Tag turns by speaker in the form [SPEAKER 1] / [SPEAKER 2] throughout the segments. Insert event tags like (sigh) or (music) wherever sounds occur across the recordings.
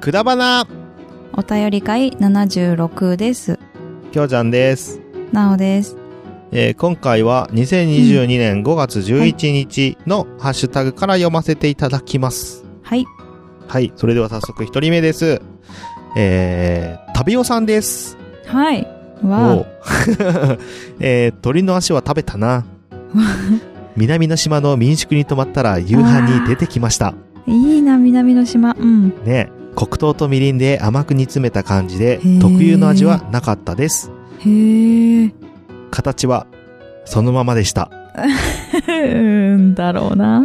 [SPEAKER 1] くだばな
[SPEAKER 2] お便り会76です。
[SPEAKER 1] きょうちゃんです、
[SPEAKER 2] なおです。
[SPEAKER 1] えー今回は2022年5月11日のハッシュタグから読ませていただきます。
[SPEAKER 2] はい。
[SPEAKER 1] はい、それでは早速一人目です。えー、旅おさんです。
[SPEAKER 2] はい。
[SPEAKER 1] お
[SPEAKER 2] わ
[SPEAKER 1] う (laughs) えー、鳥の足は食べた
[SPEAKER 2] (laughs)
[SPEAKER 1] な。南の島の民宿に泊まったら夕飯に出てきました。
[SPEAKER 2] あ、いいな、南の島。うん。
[SPEAKER 1] ね黒糖とみりんで甘く煮詰めた感じで
[SPEAKER 2] ー
[SPEAKER 1] 特有の味はなかったです。
[SPEAKER 2] へ (laughs) え。
[SPEAKER 1] 形はそのままでした。
[SPEAKER 2] うんだろうな。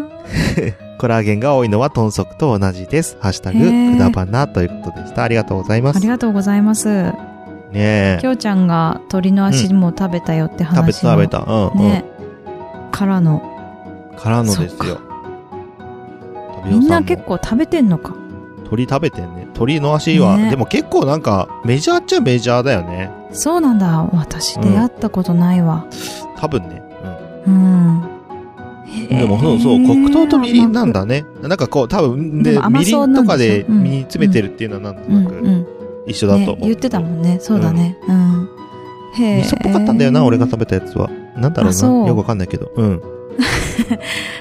[SPEAKER 1] コラーゲンが多いのは豚足と同じです。ハッシュタグ
[SPEAKER 2] へー
[SPEAKER 1] くだばなということでした。ありがとうございま
[SPEAKER 2] あ
[SPEAKER 1] す。
[SPEAKER 2] り
[SPEAKER 1] ね
[SPEAKER 2] がとうございます。
[SPEAKER 1] え
[SPEAKER 2] き。ょうちゃんが鳥の足も食べたよって
[SPEAKER 1] 食べた
[SPEAKER 2] 話の、
[SPEAKER 1] 食べた。うん、
[SPEAKER 2] ね。からの。
[SPEAKER 1] うん。からのです
[SPEAKER 2] そ
[SPEAKER 1] よ。ト
[SPEAKER 2] っ
[SPEAKER 1] ビオさも
[SPEAKER 2] みんな結構食べてんのか。
[SPEAKER 1] 鳥食べてんね。鳥の足は、
[SPEAKER 2] ね
[SPEAKER 1] でも結構なんかメジャーっちゃメジャーだよね。
[SPEAKER 2] そうなんだ。私出会ったことないわ。
[SPEAKER 1] 多分ね。
[SPEAKER 2] うん。
[SPEAKER 1] うん。
[SPEAKER 2] へー
[SPEAKER 1] でもそうそう、黒糖とみりんなん。だね。なんかこう多分、
[SPEAKER 2] で
[SPEAKER 1] で、
[SPEAKER 2] も甘
[SPEAKER 1] みり
[SPEAKER 2] そうんな
[SPEAKER 1] と
[SPEAKER 2] ん
[SPEAKER 1] か
[SPEAKER 2] で
[SPEAKER 1] です
[SPEAKER 2] ようん
[SPEAKER 1] 身に詰めてるっていうのはなんと
[SPEAKER 2] うん
[SPEAKER 1] な
[SPEAKER 2] う
[SPEAKER 1] く
[SPEAKER 2] ん。
[SPEAKER 1] 一緒だと思う。
[SPEAKER 2] ね、言ってたもんねそうだねうん、へえ
[SPEAKER 1] 味噌っぽかったんだよな、俺が食べたやつは。なんだろ
[SPEAKER 2] あ
[SPEAKER 1] う
[SPEAKER 2] そう
[SPEAKER 1] な。よくわかんないけど。うん。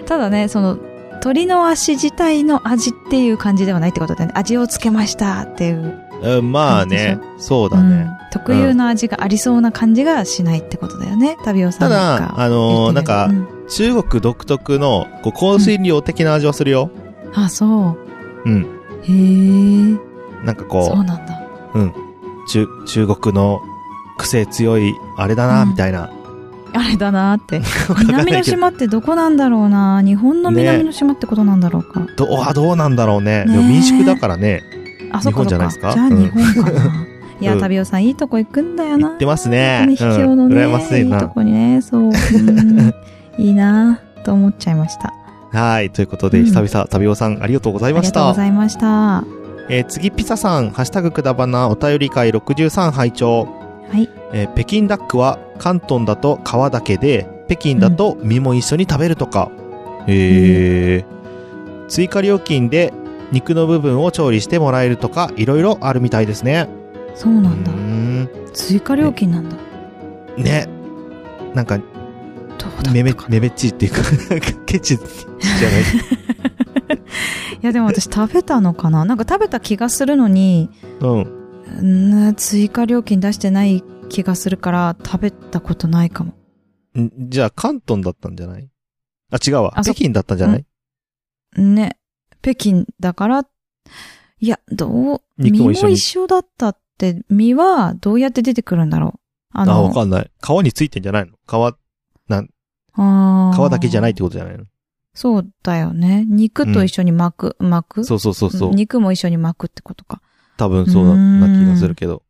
[SPEAKER 2] ただねその鶏の足自体の味っていう感じではないってことだよね味をつけましたっていう、
[SPEAKER 1] うん、まあね。そうだ
[SPEAKER 2] うん
[SPEAKER 1] ね。
[SPEAKER 2] 特有の味がありそうな感じがしないってことだよね旅をさ
[SPEAKER 1] た
[SPEAKER 2] んが
[SPEAKER 1] だ、あのー、なんか、中国独特の、こう、香水料的な味はするよ。
[SPEAKER 2] うんあそう
[SPEAKER 1] うん。
[SPEAKER 2] へえ
[SPEAKER 1] なんか
[SPEAKER 2] そう
[SPEAKER 1] こ
[SPEAKER 2] なんだ
[SPEAKER 1] う、中、中国の癖強い、あれだな、
[SPEAKER 2] うん
[SPEAKER 1] みたいな。
[SPEAKER 2] あれだなーって
[SPEAKER 1] (laughs) わかんない
[SPEAKER 2] 南
[SPEAKER 1] けど
[SPEAKER 2] の島ってどこなんだろうな日本の南の島ってことなんだろうか、
[SPEAKER 1] どう、あ、どうなんだろうね。
[SPEAKER 2] ね
[SPEAKER 1] でも民宿だからね。
[SPEAKER 2] あそっかそっ
[SPEAKER 1] 日本じゃないですか
[SPEAKER 2] じゃあ
[SPEAKER 1] うん
[SPEAKER 2] 日本かな、いや
[SPEAKER 1] うん
[SPEAKER 2] 旅をさんいいとこ行くんだよな
[SPEAKER 1] 行ってます
[SPEAKER 2] 本当に
[SPEAKER 1] ね。
[SPEAKER 2] 卑怯の
[SPEAKER 1] うん
[SPEAKER 2] ね、
[SPEAKER 1] 羨ましい
[SPEAKER 2] いと
[SPEAKER 1] な。
[SPEAKER 2] こにね、そう。うんいいなと思っちゃいました。
[SPEAKER 1] はい。ということ
[SPEAKER 2] う
[SPEAKER 1] で、
[SPEAKER 2] ん
[SPEAKER 1] 久々、旅おさん、ありがとうござ
[SPEAKER 2] あ
[SPEAKER 1] い
[SPEAKER 2] りが
[SPEAKER 1] まし
[SPEAKER 2] とうご
[SPEAKER 1] た。
[SPEAKER 2] ざいました。は
[SPEAKER 1] えー次、ピサさん、ハッシュタグくだばな、お便り会63拝聴。
[SPEAKER 2] い。
[SPEAKER 1] えー北京ダックは関東だと皮だけで北京だと身も一緒に食べるとか、へえ追加料金で肉の部分を調理してもらえるとかいろいろあるみたいですね
[SPEAKER 2] そうなんだ
[SPEAKER 1] うー。ん
[SPEAKER 2] 追加料金なんだ。
[SPEAKER 1] ねなんか
[SPEAKER 2] どうだっ
[SPEAKER 1] め
[SPEAKER 2] た
[SPEAKER 1] め
[SPEAKER 2] かな。い
[SPEAKER 1] めめっちいっていうか (laughs) なんかケチじゃない
[SPEAKER 2] や、でも私食べたのかななんか食べた気がするのに、 (laughs)
[SPEAKER 1] うん
[SPEAKER 2] うん追加料金出してない気がするから、食べたことないかも。
[SPEAKER 1] んじゃあ関東だったんじゃないあ違うわ
[SPEAKER 2] あそ
[SPEAKER 1] 北京だったんじゃない
[SPEAKER 2] ね。北京だから、いや、どう、身
[SPEAKER 1] 肉
[SPEAKER 2] も
[SPEAKER 1] も一緒に
[SPEAKER 2] 一緒だったって、身はどうやって出てくるんだろうあ
[SPEAKER 1] あ
[SPEAKER 2] の、
[SPEAKER 1] わかんない皮についてんじゃないの皮
[SPEAKER 2] あー
[SPEAKER 1] 皮だけじゃないってことじゃないの
[SPEAKER 2] そうだよね。肉と一緒に巻く、巻く
[SPEAKER 1] そうそうそうそう
[SPEAKER 2] 肉も一緒に巻くってことか。
[SPEAKER 1] 多分そう
[SPEAKER 2] う
[SPEAKER 1] な
[SPEAKER 2] ー
[SPEAKER 1] んな気がするけど。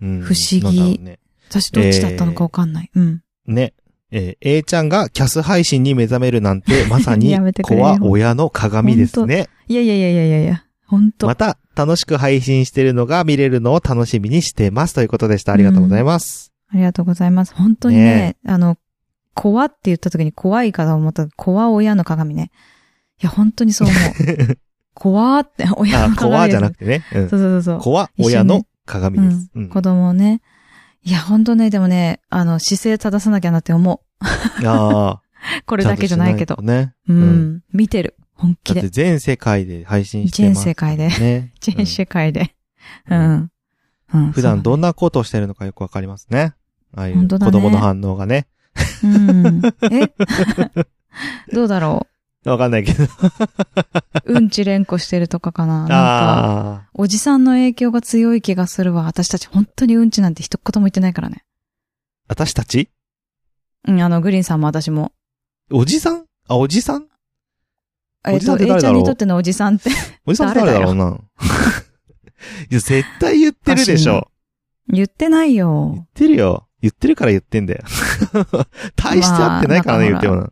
[SPEAKER 1] うん
[SPEAKER 2] 不思議
[SPEAKER 1] なんだろうね。
[SPEAKER 2] 私どっちだったのかわかんない。うん。
[SPEAKER 1] ね。えー A ちゃんがキャス配信に目覚めるなんて、まさに
[SPEAKER 2] (laughs) やめて、くれ
[SPEAKER 1] 子
[SPEAKER 2] よ
[SPEAKER 1] は親の鏡ですね。
[SPEAKER 2] いやいやいやいやいやいや。ほんと。
[SPEAKER 1] また、楽しく配信してるのが見れるのを楽しみにしてます。ということでした。ありがとうございます。
[SPEAKER 2] ありがとうございます。本当にね、
[SPEAKER 1] ね
[SPEAKER 2] あの、怖って言った時に怖いかと思ったら、怖親の鏡ね。いや、本当にそう思う。
[SPEAKER 1] (laughs)
[SPEAKER 2] (laughs) 怖って、親
[SPEAKER 1] あ
[SPEAKER 2] の鏡です。
[SPEAKER 1] 子はじゃなくてね。うん
[SPEAKER 2] そうそうそうそう。
[SPEAKER 1] 子は親の鏡です。
[SPEAKER 2] う、
[SPEAKER 1] うんん
[SPEAKER 2] 子供ね。いや、本当ね、でもね、あの、姿勢正さなきゃなって思
[SPEAKER 1] ああ。
[SPEAKER 2] う。 (laughs) こ
[SPEAKER 1] こ
[SPEAKER 2] れだけじゃないけど。
[SPEAKER 1] ね。
[SPEAKER 2] うん、
[SPEAKER 1] うん
[SPEAKER 2] 見てる。本気
[SPEAKER 1] だって。
[SPEAKER 2] で
[SPEAKER 1] 全世界で配信して
[SPEAKER 2] 全
[SPEAKER 1] ます。
[SPEAKER 2] 世界で。
[SPEAKER 1] ね。
[SPEAKER 2] (laughs) 全世界で。う
[SPEAKER 1] うん
[SPEAKER 2] ん。うん。
[SPEAKER 1] 普段どんなことをしてるのかよくわかりますね。ああい
[SPEAKER 2] 本
[SPEAKER 1] う子
[SPEAKER 2] 当だね
[SPEAKER 1] 供の反応がね。
[SPEAKER 2] そうなんだうん。え (laughs) どうだろ
[SPEAKER 1] わかんないけど。
[SPEAKER 2] ううんち連呼してるとかかななんか、
[SPEAKER 1] ああ。
[SPEAKER 2] おじさんの影響が強い気がするわ。私たち本当にうんちなんて一言も言ってないからね。
[SPEAKER 1] 私たち
[SPEAKER 2] うん、あの、グリーンさんも私も。
[SPEAKER 1] おじさんあ、おじさん
[SPEAKER 2] え
[SPEAKER 1] お
[SPEAKER 2] っ
[SPEAKER 1] じさん
[SPEAKER 2] と、
[SPEAKER 1] って誰
[SPEAKER 2] A ち
[SPEAKER 1] だ
[SPEAKER 2] ゃん
[SPEAKER 1] ろう
[SPEAKER 2] にとってのおじさんって (laughs)
[SPEAKER 1] おじさんって誰だろうな。いや、 (laughs) 絶対言ってるでしょ。
[SPEAKER 2] 言ってない
[SPEAKER 1] 言
[SPEAKER 2] よ
[SPEAKER 1] っ。てるよ。言ってるから言ってんだよ。 (laughs) 大して合ってないからね、
[SPEAKER 2] ま
[SPEAKER 1] 言
[SPEAKER 2] あ
[SPEAKER 1] ってもな。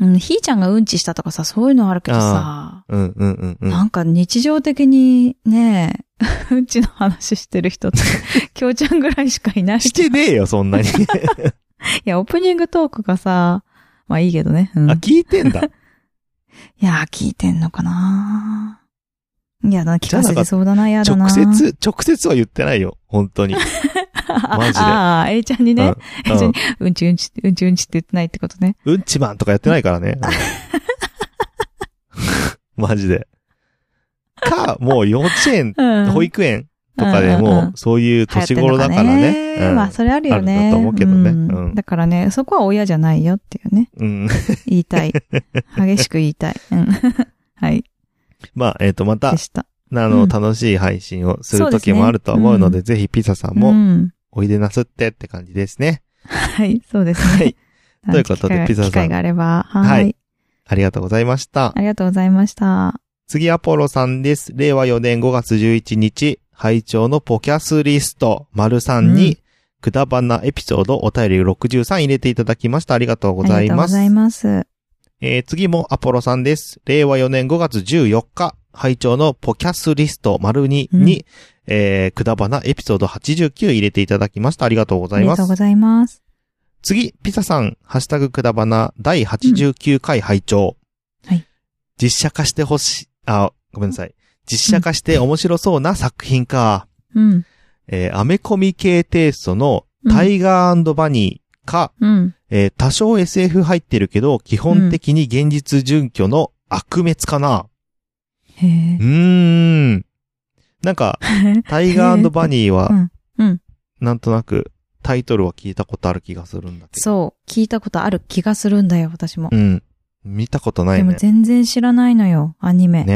[SPEAKER 2] うん、ひーちゃんがうんちしたとかさ、そういうのあるけどさ、
[SPEAKER 1] うんうんうんうん。
[SPEAKER 2] なんか日常的にね、 (laughs) うんちの話してる人って、 (laughs) きょうちゃんぐらいしかいない
[SPEAKER 1] してねえよ、そん
[SPEAKER 2] (laughs)
[SPEAKER 1] なに。
[SPEAKER 2] いや、オープニングトークがさ、まあいいけどね。うん、
[SPEAKER 1] あ、
[SPEAKER 2] い
[SPEAKER 1] 聞いてんだ。
[SPEAKER 2] や、聞いてんのかなやだ、聞かせてそうだな、やだな。
[SPEAKER 1] 直。
[SPEAKER 2] (laughs)
[SPEAKER 1] 接、直接は言ってないよ。本当に。マジで
[SPEAKER 2] ああ、A ちゃんにね、
[SPEAKER 1] うん
[SPEAKER 2] えじゃうんちうんち、うんちうんちって言ってないってことね。
[SPEAKER 1] うんちマンとかやってないからね。うん (laughs) マジで。か、もう幼稚園、
[SPEAKER 2] うん。
[SPEAKER 1] 保育園とかで
[SPEAKER 2] うんうんう
[SPEAKER 1] も
[SPEAKER 2] ん、
[SPEAKER 1] そういう年頃だから
[SPEAKER 2] 流行っ
[SPEAKER 1] ね
[SPEAKER 2] てんの。か
[SPEAKER 1] うん
[SPEAKER 2] まあ、それあるよね。
[SPEAKER 1] あるんだと思うけどね
[SPEAKER 2] ん
[SPEAKER 1] うん
[SPEAKER 2] だからね、そこは親じゃないよっていうね。
[SPEAKER 1] うん。
[SPEAKER 2] 言いたい。激しく言いたい。うん。 (laughs) はい。
[SPEAKER 1] まあ、えっ、と、また、あ
[SPEAKER 2] でした。
[SPEAKER 1] の、
[SPEAKER 2] うん
[SPEAKER 1] 楽しい配信をす
[SPEAKER 2] そ
[SPEAKER 1] る
[SPEAKER 2] うです
[SPEAKER 1] 時
[SPEAKER 2] ね
[SPEAKER 1] もあると思うので、ぜひピザさんも
[SPEAKER 2] ん。
[SPEAKER 1] おいでなすってって感じですね。
[SPEAKER 2] はい、そうですね。 (laughs)
[SPEAKER 1] はい。
[SPEAKER 2] なん
[SPEAKER 1] (laughs) ということで
[SPEAKER 2] 機会が
[SPEAKER 1] ピザさん
[SPEAKER 2] 機会があれば。は。
[SPEAKER 1] はいいありがとうございました
[SPEAKER 2] あ。りがとうございました。
[SPEAKER 1] 次、アポロさんです。令和4年5月11日、拝聴のポキャスリスト、丸さん
[SPEAKER 2] うん
[SPEAKER 1] に、くだばなエピソードお便り63入れていただきました。ありがとうございます。
[SPEAKER 2] ありがとうございます。
[SPEAKER 1] えー次もアポロさんです。令和4年5月14日、拝聴のポキャスリスト丸2に、えー、くだばなエピソード89入れていただきました。ありがとうご
[SPEAKER 2] あ
[SPEAKER 1] ざい
[SPEAKER 2] り
[SPEAKER 1] ま
[SPEAKER 2] が
[SPEAKER 1] す
[SPEAKER 2] とう。ございます。
[SPEAKER 1] 次、ピザさん、ハッシュタグくだばな第89回拝聴、
[SPEAKER 2] はい。
[SPEAKER 1] 実写化してほしい、あ、ごめんなさい。実写化して面白そうな作品か。
[SPEAKER 2] うん。
[SPEAKER 1] えーアメコミ系テイストのタイガーバニーか、
[SPEAKER 2] うん。
[SPEAKER 1] えー多少 SF 入ってるけど、基本的に現実準拠の悪滅かな。
[SPEAKER 2] へえ
[SPEAKER 1] う。ーん。なん
[SPEAKER 2] (laughs)
[SPEAKER 1] か、タイガーバニーは、
[SPEAKER 2] うんうん
[SPEAKER 1] なんとなく、タイトルは聞いたことある気がするんだけど。
[SPEAKER 2] そう。聞いたことある気がするんだよ、私も。
[SPEAKER 1] うん。見たことない
[SPEAKER 2] で
[SPEAKER 1] ね。
[SPEAKER 2] も全然知らないのよ、アニメ。
[SPEAKER 1] ね。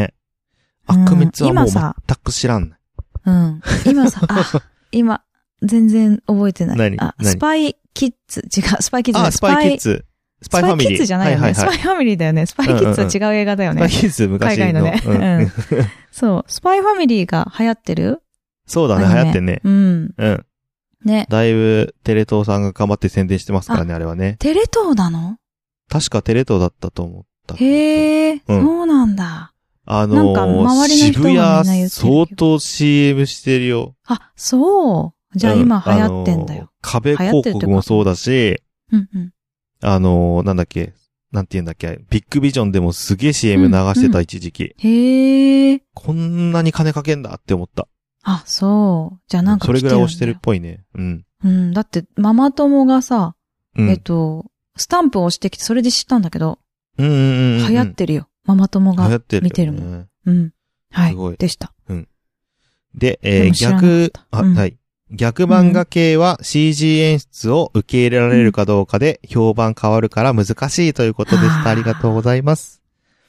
[SPEAKER 2] うん
[SPEAKER 1] 悪滅はもう
[SPEAKER 2] 今さ
[SPEAKER 1] 全く知らんね。
[SPEAKER 2] うん。今さ、あ、今、全然覚えてない。
[SPEAKER 1] 何
[SPEAKER 2] あ、
[SPEAKER 1] 何
[SPEAKER 2] スパイキッズ、違う、スパイキッズじゃない
[SPEAKER 1] あ、スパイキッ。ズ。ス
[SPEAKER 2] スパ
[SPEAKER 1] パイファ
[SPEAKER 2] イスパ
[SPEAKER 1] ミ
[SPEAKER 2] イキ
[SPEAKER 1] リー。
[SPEAKER 2] ッズじゃないよ
[SPEAKER 1] は
[SPEAKER 2] ね。
[SPEAKER 1] い
[SPEAKER 2] ス
[SPEAKER 1] はい
[SPEAKER 2] パ
[SPEAKER 1] はい。
[SPEAKER 2] イファミリーだよね。スパイキッズは違う映画だよ
[SPEAKER 1] スパイ
[SPEAKER 2] ね。
[SPEAKER 1] キッズ昔
[SPEAKER 2] 海外のね。
[SPEAKER 1] うん
[SPEAKER 2] うん。そう。スパイファミリーが流行ってる
[SPEAKER 1] そうだね、
[SPEAKER 2] アニ
[SPEAKER 1] 流
[SPEAKER 2] メ
[SPEAKER 1] 行ってんね。
[SPEAKER 2] うん。
[SPEAKER 1] うん。
[SPEAKER 2] ね。
[SPEAKER 1] だいぶ、テレ東さんが頑張って宣伝してますからね、あれはね。
[SPEAKER 2] テレ東なの
[SPEAKER 1] 確かテレ東だったと思ったけど。
[SPEAKER 2] へえ、
[SPEAKER 1] うん
[SPEAKER 2] そうなんだ。
[SPEAKER 1] あ
[SPEAKER 2] なん
[SPEAKER 1] の
[SPEAKER 2] か
[SPEAKER 1] ー、
[SPEAKER 2] 周りの人
[SPEAKER 1] 渋
[SPEAKER 2] がみんな言ってるけ
[SPEAKER 1] 谷
[SPEAKER 2] ど
[SPEAKER 1] 相当 CM してるよ。
[SPEAKER 2] あ、そう。じゃあ
[SPEAKER 1] うん
[SPEAKER 2] 今流行ってんだ
[SPEAKER 1] あのー
[SPEAKER 2] よ。
[SPEAKER 1] 壁
[SPEAKER 2] 流行って
[SPEAKER 1] 広
[SPEAKER 2] るって
[SPEAKER 1] 告
[SPEAKER 2] いうか
[SPEAKER 1] もそうだし、
[SPEAKER 2] うんうん。
[SPEAKER 1] あのー、なんだっけ、なんて言うんだっけ、ビッグビジョンでもすげえ CM 流して
[SPEAKER 2] うんう
[SPEAKER 1] た
[SPEAKER 2] ん
[SPEAKER 1] 一時期。
[SPEAKER 2] へえ、
[SPEAKER 1] こんなに金かけんだって思った。
[SPEAKER 2] あ、そう。じゃあなんか
[SPEAKER 1] それ
[SPEAKER 2] 来
[SPEAKER 1] ぐ
[SPEAKER 2] て
[SPEAKER 1] ら
[SPEAKER 2] る
[SPEAKER 1] い
[SPEAKER 2] んだよ
[SPEAKER 1] 押してるっぽいね。うん。
[SPEAKER 2] うん、だってママ友がさ、
[SPEAKER 1] うん
[SPEAKER 2] えっと、スタンプを押してきて、それで知ったんだけど、
[SPEAKER 1] うんうんうんうん。
[SPEAKER 2] 流行ってるよ。ママ友
[SPEAKER 1] 流行
[SPEAKER 2] が
[SPEAKER 1] ってよね
[SPEAKER 2] 見てるもん。うん。は
[SPEAKER 1] すごい
[SPEAKER 2] い。でした。
[SPEAKER 1] で、え
[SPEAKER 2] で
[SPEAKER 1] ー
[SPEAKER 2] も知らなか
[SPEAKER 1] 逆
[SPEAKER 2] った、
[SPEAKER 1] あ、
[SPEAKER 2] うん
[SPEAKER 1] はい。逆漫画系は CG 演出を受け入れられるかどうかで評判変わるから難しいということでし
[SPEAKER 2] は
[SPEAKER 1] た。
[SPEAKER 2] あ
[SPEAKER 1] ありがとうございます。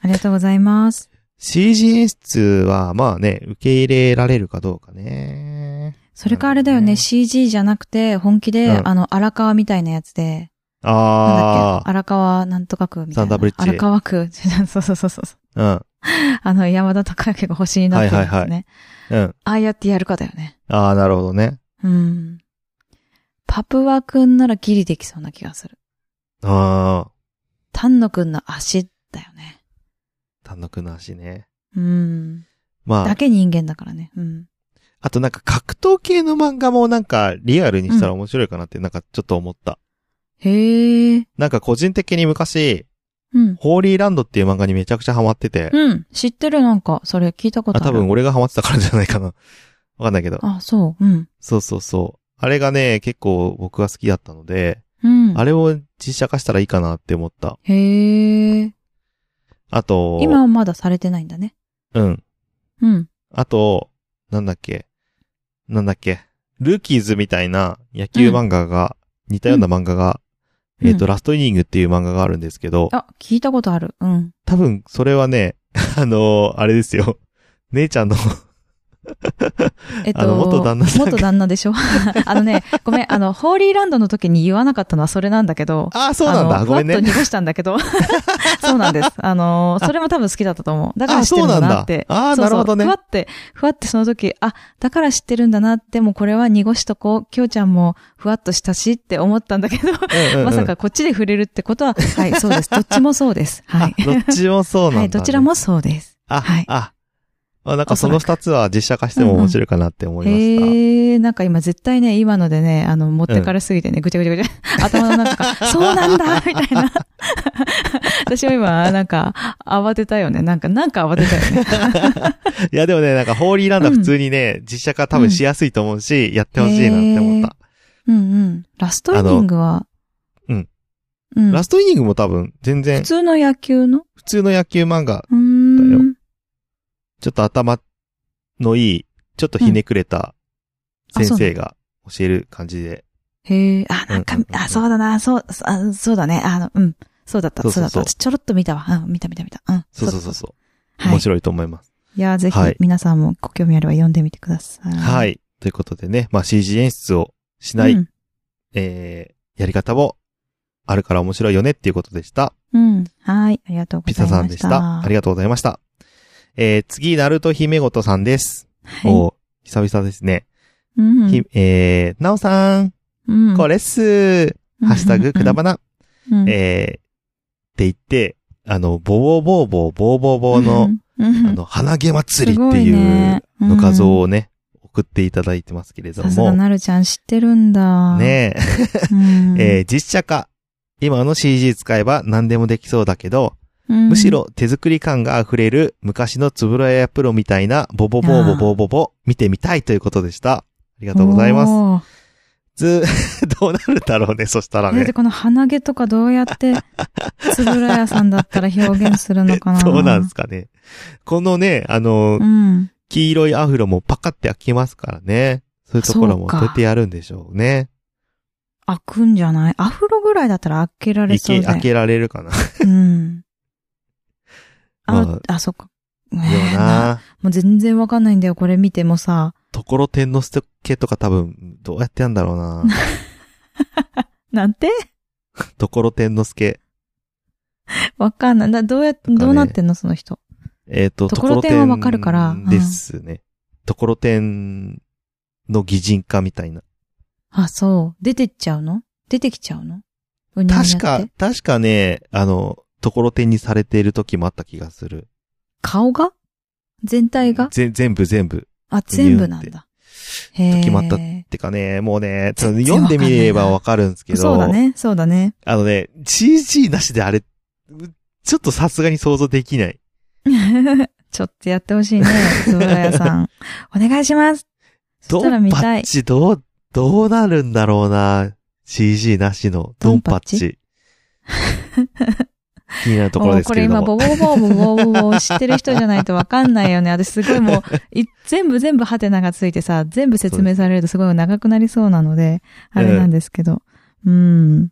[SPEAKER 2] ありがとうございます。
[SPEAKER 1] CG 演出は、まあね、受け入れられるかどうかね。
[SPEAKER 2] それかあれだよ
[SPEAKER 1] うん
[SPEAKER 2] ね、CG じゃなくて、本気で
[SPEAKER 1] う、ん
[SPEAKER 2] あの、荒川みたいなやつで、なんだっ
[SPEAKER 1] あ
[SPEAKER 2] け荒川なんとか区みた
[SPEAKER 1] サ
[SPEAKER 2] いな。
[SPEAKER 1] ンダーブリッジ
[SPEAKER 2] 荒川区。 (laughs) そうそうそうそう。
[SPEAKER 1] あ、
[SPEAKER 2] あの、山田孝之が星になってるんですね。
[SPEAKER 1] はいはいうん、うん。
[SPEAKER 2] ああやってやるかだよね。
[SPEAKER 1] ああ、なるほどね。
[SPEAKER 2] うん。パプワくんならギリできそうな気がする。
[SPEAKER 1] ああ、
[SPEAKER 2] 丹野くんの足だよね。
[SPEAKER 1] 単独の足ね。
[SPEAKER 2] うん。
[SPEAKER 1] ま
[SPEAKER 2] だ
[SPEAKER 1] あ、
[SPEAKER 2] け人間だからね。うん。
[SPEAKER 1] あとなんか格闘系の漫画もなんかリアルにしたら面白いかなってなんかちょっと思った。
[SPEAKER 2] へえ。
[SPEAKER 1] なんか個人的に昔、
[SPEAKER 2] うん。
[SPEAKER 1] ホーリーランドっていう漫画にめちゃくちゃハマってて、
[SPEAKER 2] うん。知ってるなんか、それ聞いたこと
[SPEAKER 1] あ、
[SPEAKER 2] ある。
[SPEAKER 1] 多分俺がハマってたからじゃない (laughs) かな。わかんないけど。
[SPEAKER 2] あ、そう。うん。
[SPEAKER 1] そうそうそう。あれがね、結構僕が好きだったので、
[SPEAKER 2] うん。
[SPEAKER 1] あれを実写化したらいいかなって思った。
[SPEAKER 2] へえ。
[SPEAKER 1] あと、
[SPEAKER 2] 今はまだされてないんだね。
[SPEAKER 1] うん。
[SPEAKER 2] うん。
[SPEAKER 1] あと、なんだっけ。なんだっけ。ルーキーズみたいな野球漫画が、似たような漫画が、
[SPEAKER 2] うん
[SPEAKER 1] えっ、と、
[SPEAKER 2] う
[SPEAKER 1] ラストイニングっていう漫画があるんですけど、
[SPEAKER 2] あ、聞いたことある。うん。
[SPEAKER 1] 多分それはね、 (laughs) あのーあれですよ。姉ちゃんの
[SPEAKER 2] えっと、
[SPEAKER 1] あの元旦那さんが
[SPEAKER 2] 元旦那でしょ (laughs) あのね、ごめん、あの、ホーリーランドの時に言わなかったのはそれなんだけど。
[SPEAKER 1] ああ、そうなん
[SPEAKER 2] あ
[SPEAKER 1] だ。
[SPEAKER 2] の
[SPEAKER 1] ごめんね
[SPEAKER 2] ふわっ。と濁したんだけど。
[SPEAKER 1] (laughs)
[SPEAKER 2] そうなんです。あの、それも多分好きだったと思う。だから
[SPEAKER 1] あ
[SPEAKER 2] 知って
[SPEAKER 1] そ
[SPEAKER 2] る
[SPEAKER 1] うんな
[SPEAKER 2] だ
[SPEAKER 1] ん
[SPEAKER 2] な
[SPEAKER 1] だ
[SPEAKER 2] っ。て。
[SPEAKER 1] ああ、
[SPEAKER 2] そう
[SPEAKER 1] なる
[SPEAKER 2] そう
[SPEAKER 1] ほどね
[SPEAKER 2] ふわ。って、ふわってその時、あ、だから知ってるんだなって、もうこれは濁しとこう、きょうちゃんもふわっとしたしって思ったんだけど、
[SPEAKER 1] うんうんうん
[SPEAKER 2] まさかこっちで触れるってことは、はい、そうです。どっちもそうです。はい。
[SPEAKER 1] あどっちもそうなんだ、
[SPEAKER 2] はい、どちら。もそうです。
[SPEAKER 1] あ、
[SPEAKER 2] はい
[SPEAKER 1] あ、あなんかその
[SPEAKER 2] おそ
[SPEAKER 1] 二つは実写化しても面白いかなって思いました。
[SPEAKER 2] へえ、なんか今絶対ね、今のでね、あの、持ってかれすぎてね、ぐちゃぐちゃぐちゃ、 (laughs) 頭の中が、そうなんだみたいな。 (laughs) 私は今、なんか、慌てたよね。なんか、なんか慌てたよ
[SPEAKER 1] (laughs)
[SPEAKER 2] ね。
[SPEAKER 1] いやでもね、なんかホーリーランド普通にね、実写化多分しやすいと思うし、やってほしいなって思った。
[SPEAKER 2] うんうん。ラストイニングは、
[SPEAKER 1] あのうん。
[SPEAKER 2] うん。
[SPEAKER 1] ラストイニングも多分全然
[SPEAKER 2] 普通の野球の
[SPEAKER 1] 普通の野球漫画、
[SPEAKER 2] うー
[SPEAKER 1] だよ
[SPEAKER 2] ん。
[SPEAKER 1] ちょっと頭のいい、ちょっとひねくれた
[SPEAKER 2] うんあ
[SPEAKER 1] 先生が教える感じで。
[SPEAKER 2] へえ、あ、なんか
[SPEAKER 1] うんうん、うん
[SPEAKER 2] あ、そうだな、そう、そあそうだね、あの、うん。そうだった、
[SPEAKER 1] そう
[SPEAKER 2] そ
[SPEAKER 1] そうう
[SPEAKER 2] だ
[SPEAKER 1] そう
[SPEAKER 2] った。ちょろっと見たわ。うん、見た見た見た。うん。
[SPEAKER 1] そうそうそうそう。
[SPEAKER 2] はい。
[SPEAKER 1] 面
[SPEAKER 2] い
[SPEAKER 1] 白いと思います。
[SPEAKER 2] や、ぜひ
[SPEAKER 1] はい、
[SPEAKER 2] 皆さんもご興味あれば読んでみてください。。
[SPEAKER 1] はいい。ということでね、まあ CG 演出をしない、
[SPEAKER 2] うん。
[SPEAKER 1] えー、やり方もあるから面白いよねっていうことでした。
[SPEAKER 2] うん。はい。ありがとうご
[SPEAKER 1] ピ
[SPEAKER 2] ざい
[SPEAKER 1] ザ
[SPEAKER 2] ました。
[SPEAKER 1] さんでした。ありがとうございました。えー、次、ナルト姫ごとさんです。
[SPEAKER 2] はい
[SPEAKER 1] おー久々ですね。
[SPEAKER 2] うん
[SPEAKER 1] ひえー、なおさん、
[SPEAKER 2] うん
[SPEAKER 1] これっすー。ハッシュタグ、くだばな。
[SPEAKER 2] うんうん
[SPEAKER 1] えー、って言って、あの、ボーボーボーボーボーボーの、
[SPEAKER 2] うん
[SPEAKER 1] あの、花毛祭り
[SPEAKER 2] すご
[SPEAKER 1] って
[SPEAKER 2] い
[SPEAKER 1] いう
[SPEAKER 2] ね
[SPEAKER 1] の画像をね、送っていただいてますけれど
[SPEAKER 2] さすが
[SPEAKER 1] も、
[SPEAKER 2] なるちゃん知ってるんだ。
[SPEAKER 1] ねえ、
[SPEAKER 2] うん。
[SPEAKER 1] えー実写化。今の CG 使えば何でもできそうだけど、
[SPEAKER 2] む
[SPEAKER 1] むし、ろ手作り感が溢れる昔のつぶらやプロみたいなボボボーボボボボボ見てみたいということでした。あり
[SPEAKER 2] あ
[SPEAKER 1] がとうございます。
[SPEAKER 2] ま
[SPEAKER 1] ず、 (laughs) どうなるだろうね、そしたら
[SPEAKER 2] だって
[SPEAKER 1] ね。
[SPEAKER 2] この鼻毛とかどうやって、つぶらやさんだったら表現するのかな。
[SPEAKER 1] (laughs) そうなんですかね。このね、あの、
[SPEAKER 2] うん。
[SPEAKER 1] 黄色いアフロもパカって開きますからね。そういうところ
[SPEAKER 2] そ
[SPEAKER 1] も
[SPEAKER 2] うか
[SPEAKER 1] どうやってやるんでしょうね。
[SPEAKER 2] 開くんじゃないアフロぐらいだったら開けられ
[SPEAKER 1] い
[SPEAKER 2] そう
[SPEAKER 1] け
[SPEAKER 2] だ
[SPEAKER 1] 開
[SPEAKER 2] よ。
[SPEAKER 1] けられるかな。
[SPEAKER 2] うん。
[SPEAKER 1] ま
[SPEAKER 2] あ、あ、そっか。ね
[SPEAKER 1] よ
[SPEAKER 2] え
[SPEAKER 1] う
[SPEAKER 2] (laughs)
[SPEAKER 1] な。
[SPEAKER 2] もう全然わかんないんだよ。これ見てもさ、
[SPEAKER 1] ところてんのすけとか多分、どうやってやんだろう
[SPEAKER 2] (laughs)
[SPEAKER 1] な。
[SPEAKER 2] なんて
[SPEAKER 1] ところてんのすけ。
[SPEAKER 2] わかんない。だどうやって、
[SPEAKER 1] ね
[SPEAKER 2] どうなってんのその人。
[SPEAKER 1] えっ、と、
[SPEAKER 2] ところてんはわかるから
[SPEAKER 1] ところてんですね。ところてんの擬人化みたいな。
[SPEAKER 2] あ、そう。出てっちゃうの出てきちゃうのうにゃうにゃ
[SPEAKER 1] 確
[SPEAKER 2] って
[SPEAKER 1] か、確かね、あの、ところてんにされている時もあった気がする。
[SPEAKER 2] 顔が全体が
[SPEAKER 1] ぜ全部全部。
[SPEAKER 2] あ、全部なんだ。へえ。
[SPEAKER 1] 時もあったてかね、もうね、ちょっと
[SPEAKER 2] 全然
[SPEAKER 1] 読んでみればわかるんですけど。
[SPEAKER 2] そうだね、そうだね。
[SPEAKER 1] あのね、CG なしであれ、ちょっとさすがに想像できない。
[SPEAKER 2] ちょっとやってほ (laughs) しいね、つぶらやさん。お願いします。そ
[SPEAKER 1] ド
[SPEAKER 2] したら
[SPEAKER 1] ン
[SPEAKER 2] 見
[SPEAKER 1] パ
[SPEAKER 2] た
[SPEAKER 1] ッ
[SPEAKER 2] い。
[SPEAKER 1] チ、どう、どうなるんだろうな。CG なしの、ドンパッチ。
[SPEAKER 2] (laughs)
[SPEAKER 1] 気になるところ
[SPEAKER 2] も
[SPEAKER 1] で
[SPEAKER 2] う
[SPEAKER 1] す
[SPEAKER 2] こ
[SPEAKER 1] け
[SPEAKER 2] れ
[SPEAKER 1] れど
[SPEAKER 2] 今、
[SPEAKER 1] も。
[SPEAKER 2] ボボボボボボボボ知ってる人じゃないとわかんないよね。私すごいもう、い全部全部ハテナがついてさ、全部説明されるとすごい長くなりそうなので、あれなんですけど。うん。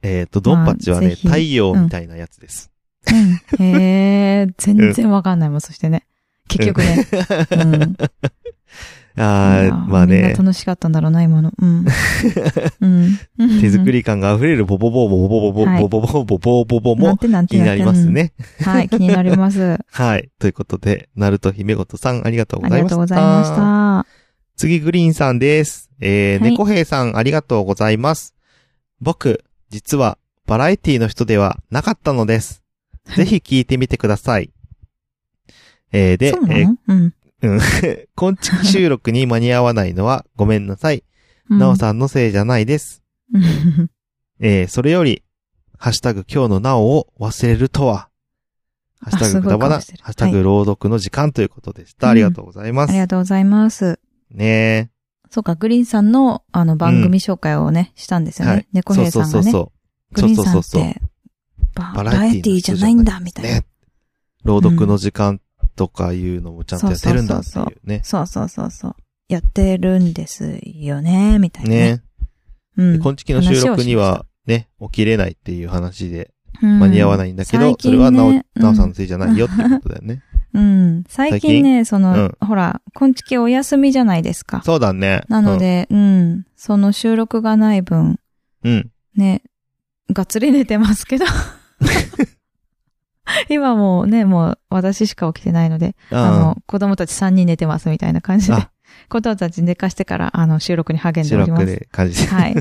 [SPEAKER 1] えっ、と、ドンパッチは
[SPEAKER 2] まあ
[SPEAKER 1] ね、
[SPEAKER 2] ぜひ
[SPEAKER 1] 太陽みたいなやつです。
[SPEAKER 2] うんへえ、全然わかんないもん、そしてね。結局ね。うん。
[SPEAKER 1] あ
[SPEAKER 2] いや
[SPEAKER 1] ーまあ
[SPEAKER 2] みんな
[SPEAKER 1] ね、
[SPEAKER 2] 楽しかったんだろうな、今の。うん。うん。
[SPEAKER 1] 手作り感が溢れるボボボボボボボ
[SPEAKER 2] は
[SPEAKER 1] ボ
[SPEAKER 2] い
[SPEAKER 1] ボボボボボボボ
[SPEAKER 2] な
[SPEAKER 1] も
[SPEAKER 2] んてなんて
[SPEAKER 1] 気になります。ね。
[SPEAKER 2] うんはい、気になります。
[SPEAKER 1] はい。ということで、ナルト姫ごとさん、ありがとう
[SPEAKER 2] あ
[SPEAKER 1] ござ
[SPEAKER 2] り
[SPEAKER 1] いま
[SPEAKER 2] が
[SPEAKER 1] した。
[SPEAKER 2] とうございました。
[SPEAKER 1] 次、グリーンさんです。えー、
[SPEAKER 2] はい
[SPEAKER 1] 猫兵さん、ありがとうございます。僕、実は、バラエティの人ではなかったのです。ぜひ聞いてみてください。えー、で、
[SPEAKER 2] そうな
[SPEAKER 1] えー
[SPEAKER 2] のうん。
[SPEAKER 1] こんちき収録に間に合わないの
[SPEAKER 2] (laughs)
[SPEAKER 1] はごめんなさい。
[SPEAKER 2] うん
[SPEAKER 1] なおさんのせいじゃないです。
[SPEAKER 2] うん。
[SPEAKER 1] えー、それより、ハッシュタグ今日のなおを忘れるとは、ハッシュタグくだばな、
[SPEAKER 2] あ
[SPEAKER 1] ハ
[SPEAKER 2] すごい顔してる
[SPEAKER 1] ッシュタグ朗読の時間ということでした。
[SPEAKER 2] は
[SPEAKER 1] あ
[SPEAKER 2] い
[SPEAKER 1] りがとうございま
[SPEAKER 2] あ
[SPEAKER 1] す。
[SPEAKER 2] りがとうございます。
[SPEAKER 1] ね
[SPEAKER 2] そうか、グリーンさんの、あの、番組紹介をね、したんです
[SPEAKER 1] え。
[SPEAKER 2] よね。猫
[SPEAKER 1] そう
[SPEAKER 2] 兵
[SPEAKER 1] そう
[SPEAKER 2] さ
[SPEAKER 1] そ
[SPEAKER 2] んが
[SPEAKER 1] う
[SPEAKER 2] ね
[SPEAKER 1] そ。う。
[SPEAKER 2] グ
[SPEAKER 1] そう
[SPEAKER 2] リー
[SPEAKER 1] そ
[SPEAKER 2] ン
[SPEAKER 1] う
[SPEAKER 2] さん
[SPEAKER 1] そう
[SPEAKER 2] っ
[SPEAKER 1] そう。
[SPEAKER 2] て、バ
[SPEAKER 1] バ
[SPEAKER 2] ラ
[SPEAKER 1] ラエ
[SPEAKER 2] エ
[SPEAKER 1] ティ
[SPEAKER 2] ティじゃないんだ、みたいな
[SPEAKER 1] ね。。朗読の時間とかいうのもちゃんとやってるんだっていうね。
[SPEAKER 2] そうそうそうそう。やってるんですよね、みたいな。
[SPEAKER 1] ね。
[SPEAKER 2] うん。
[SPEAKER 1] 今月の収録に
[SPEAKER 2] 話をしまし
[SPEAKER 1] はね、起きれないっていう話で
[SPEAKER 2] 間
[SPEAKER 1] 間に合わないんだけど、それはなお、なおさんのせいじゃないよってことだよ
[SPEAKER 2] (laughs)
[SPEAKER 1] ね。
[SPEAKER 2] うん。最近ね、その、
[SPEAKER 1] うん
[SPEAKER 2] ほら、今月お休みじゃないですか。
[SPEAKER 1] そうだね。
[SPEAKER 2] なので、うん、その収録がない分、
[SPEAKER 1] うん。うん。
[SPEAKER 2] ね、がっつり寝てま
[SPEAKER 1] (laughs)
[SPEAKER 2] すけど。今もうね、もう私しか起きてないので、あ
[SPEAKER 1] あ
[SPEAKER 2] の、子供たち3人寝てますみたいな感じで
[SPEAKER 1] あ、
[SPEAKER 2] 子供たち寝かしてから、あの、収録に
[SPEAKER 1] あ、
[SPEAKER 2] 励んで
[SPEAKER 1] 収
[SPEAKER 2] おりま
[SPEAKER 1] 録
[SPEAKER 2] す。
[SPEAKER 1] で感じ (laughs) て。
[SPEAKER 2] はい。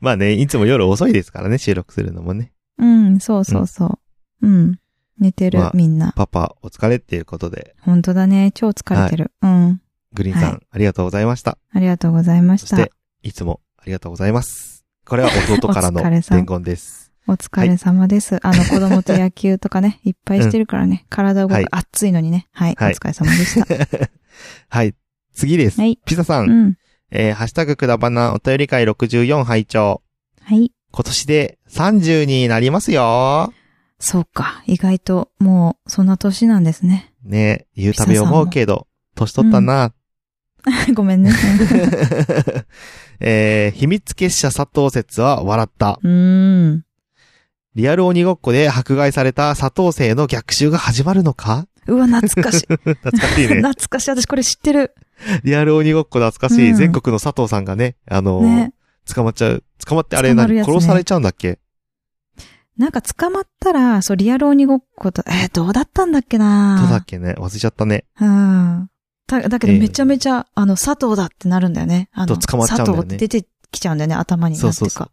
[SPEAKER 1] まあね、いつも夜遅いですからね、収録するのもね。
[SPEAKER 2] うん、そうそうそう。うん。寝てる
[SPEAKER 1] まあ、
[SPEAKER 2] みんな。
[SPEAKER 1] パパ、お疲れっていうことで、
[SPEAKER 2] 本当だね。超疲れてる。うん。
[SPEAKER 1] グリーンさん、
[SPEAKER 2] はい
[SPEAKER 1] ありがとうございました。
[SPEAKER 2] ありがとうございま
[SPEAKER 1] そ
[SPEAKER 2] し
[SPEAKER 1] したて。、いつもありがとうございます。これは弟からの
[SPEAKER 2] お疲れ様
[SPEAKER 1] 伝言です。 (laughs)
[SPEAKER 2] お疲れ様です。あの、子供と野球とかね、いっぱいしてるからね。体動く、
[SPEAKER 1] はい
[SPEAKER 2] 暑いのにね。はい。
[SPEAKER 1] はい
[SPEAKER 2] お疲れ様
[SPEAKER 1] (laughs)
[SPEAKER 2] でした。
[SPEAKER 1] はい。次です。
[SPEAKER 2] はい
[SPEAKER 1] ピザさん、
[SPEAKER 2] うん。
[SPEAKER 1] えー、ハッシュタグくだばなお便り会64拝聴
[SPEAKER 2] はい。
[SPEAKER 1] 今年で30になりますよ。
[SPEAKER 2] そうか。意外と、もう、そんな年なんですね。 (laughs)
[SPEAKER 1] ね言うたび思うけど、年取ったな。
[SPEAKER 2] ごめ
[SPEAKER 1] (laughs)
[SPEAKER 2] んね。
[SPEAKER 1] えー、秘密結社佐藤説は笑った。
[SPEAKER 2] うーん。
[SPEAKER 1] リアル鬼ごっこで迫害された佐藤生の逆襲が始まるのか
[SPEAKER 2] うわ、懐
[SPEAKER 1] (laughs)
[SPEAKER 2] かしい。
[SPEAKER 1] 懐かしいね。
[SPEAKER 2] (laughs) 懐かしい。私これ知ってる。
[SPEAKER 1] リアル鬼ごっこ懐かしい。
[SPEAKER 2] うん
[SPEAKER 1] 全国の佐藤さんがね、あのー
[SPEAKER 2] ね。
[SPEAKER 1] 捕まっちゃう。捕まって、あれ
[SPEAKER 2] 捕まる
[SPEAKER 1] 何、
[SPEAKER 2] やつね
[SPEAKER 1] 殺されちゃうんだっけ
[SPEAKER 2] なんか捕まったら、そう、リアル鬼ごっこと、えー、どうだったんだっけな
[SPEAKER 1] そうだっけね。忘れちゃったね。
[SPEAKER 2] うん。だだけ
[SPEAKER 1] ええ
[SPEAKER 2] どめちゃめちゃ、あの、佐藤だってなるんだよね。あの、
[SPEAKER 1] と捕まっちゃうんだよね
[SPEAKER 2] 佐藤って出てきちゃうんだよね、頭に。
[SPEAKER 1] そうそうそう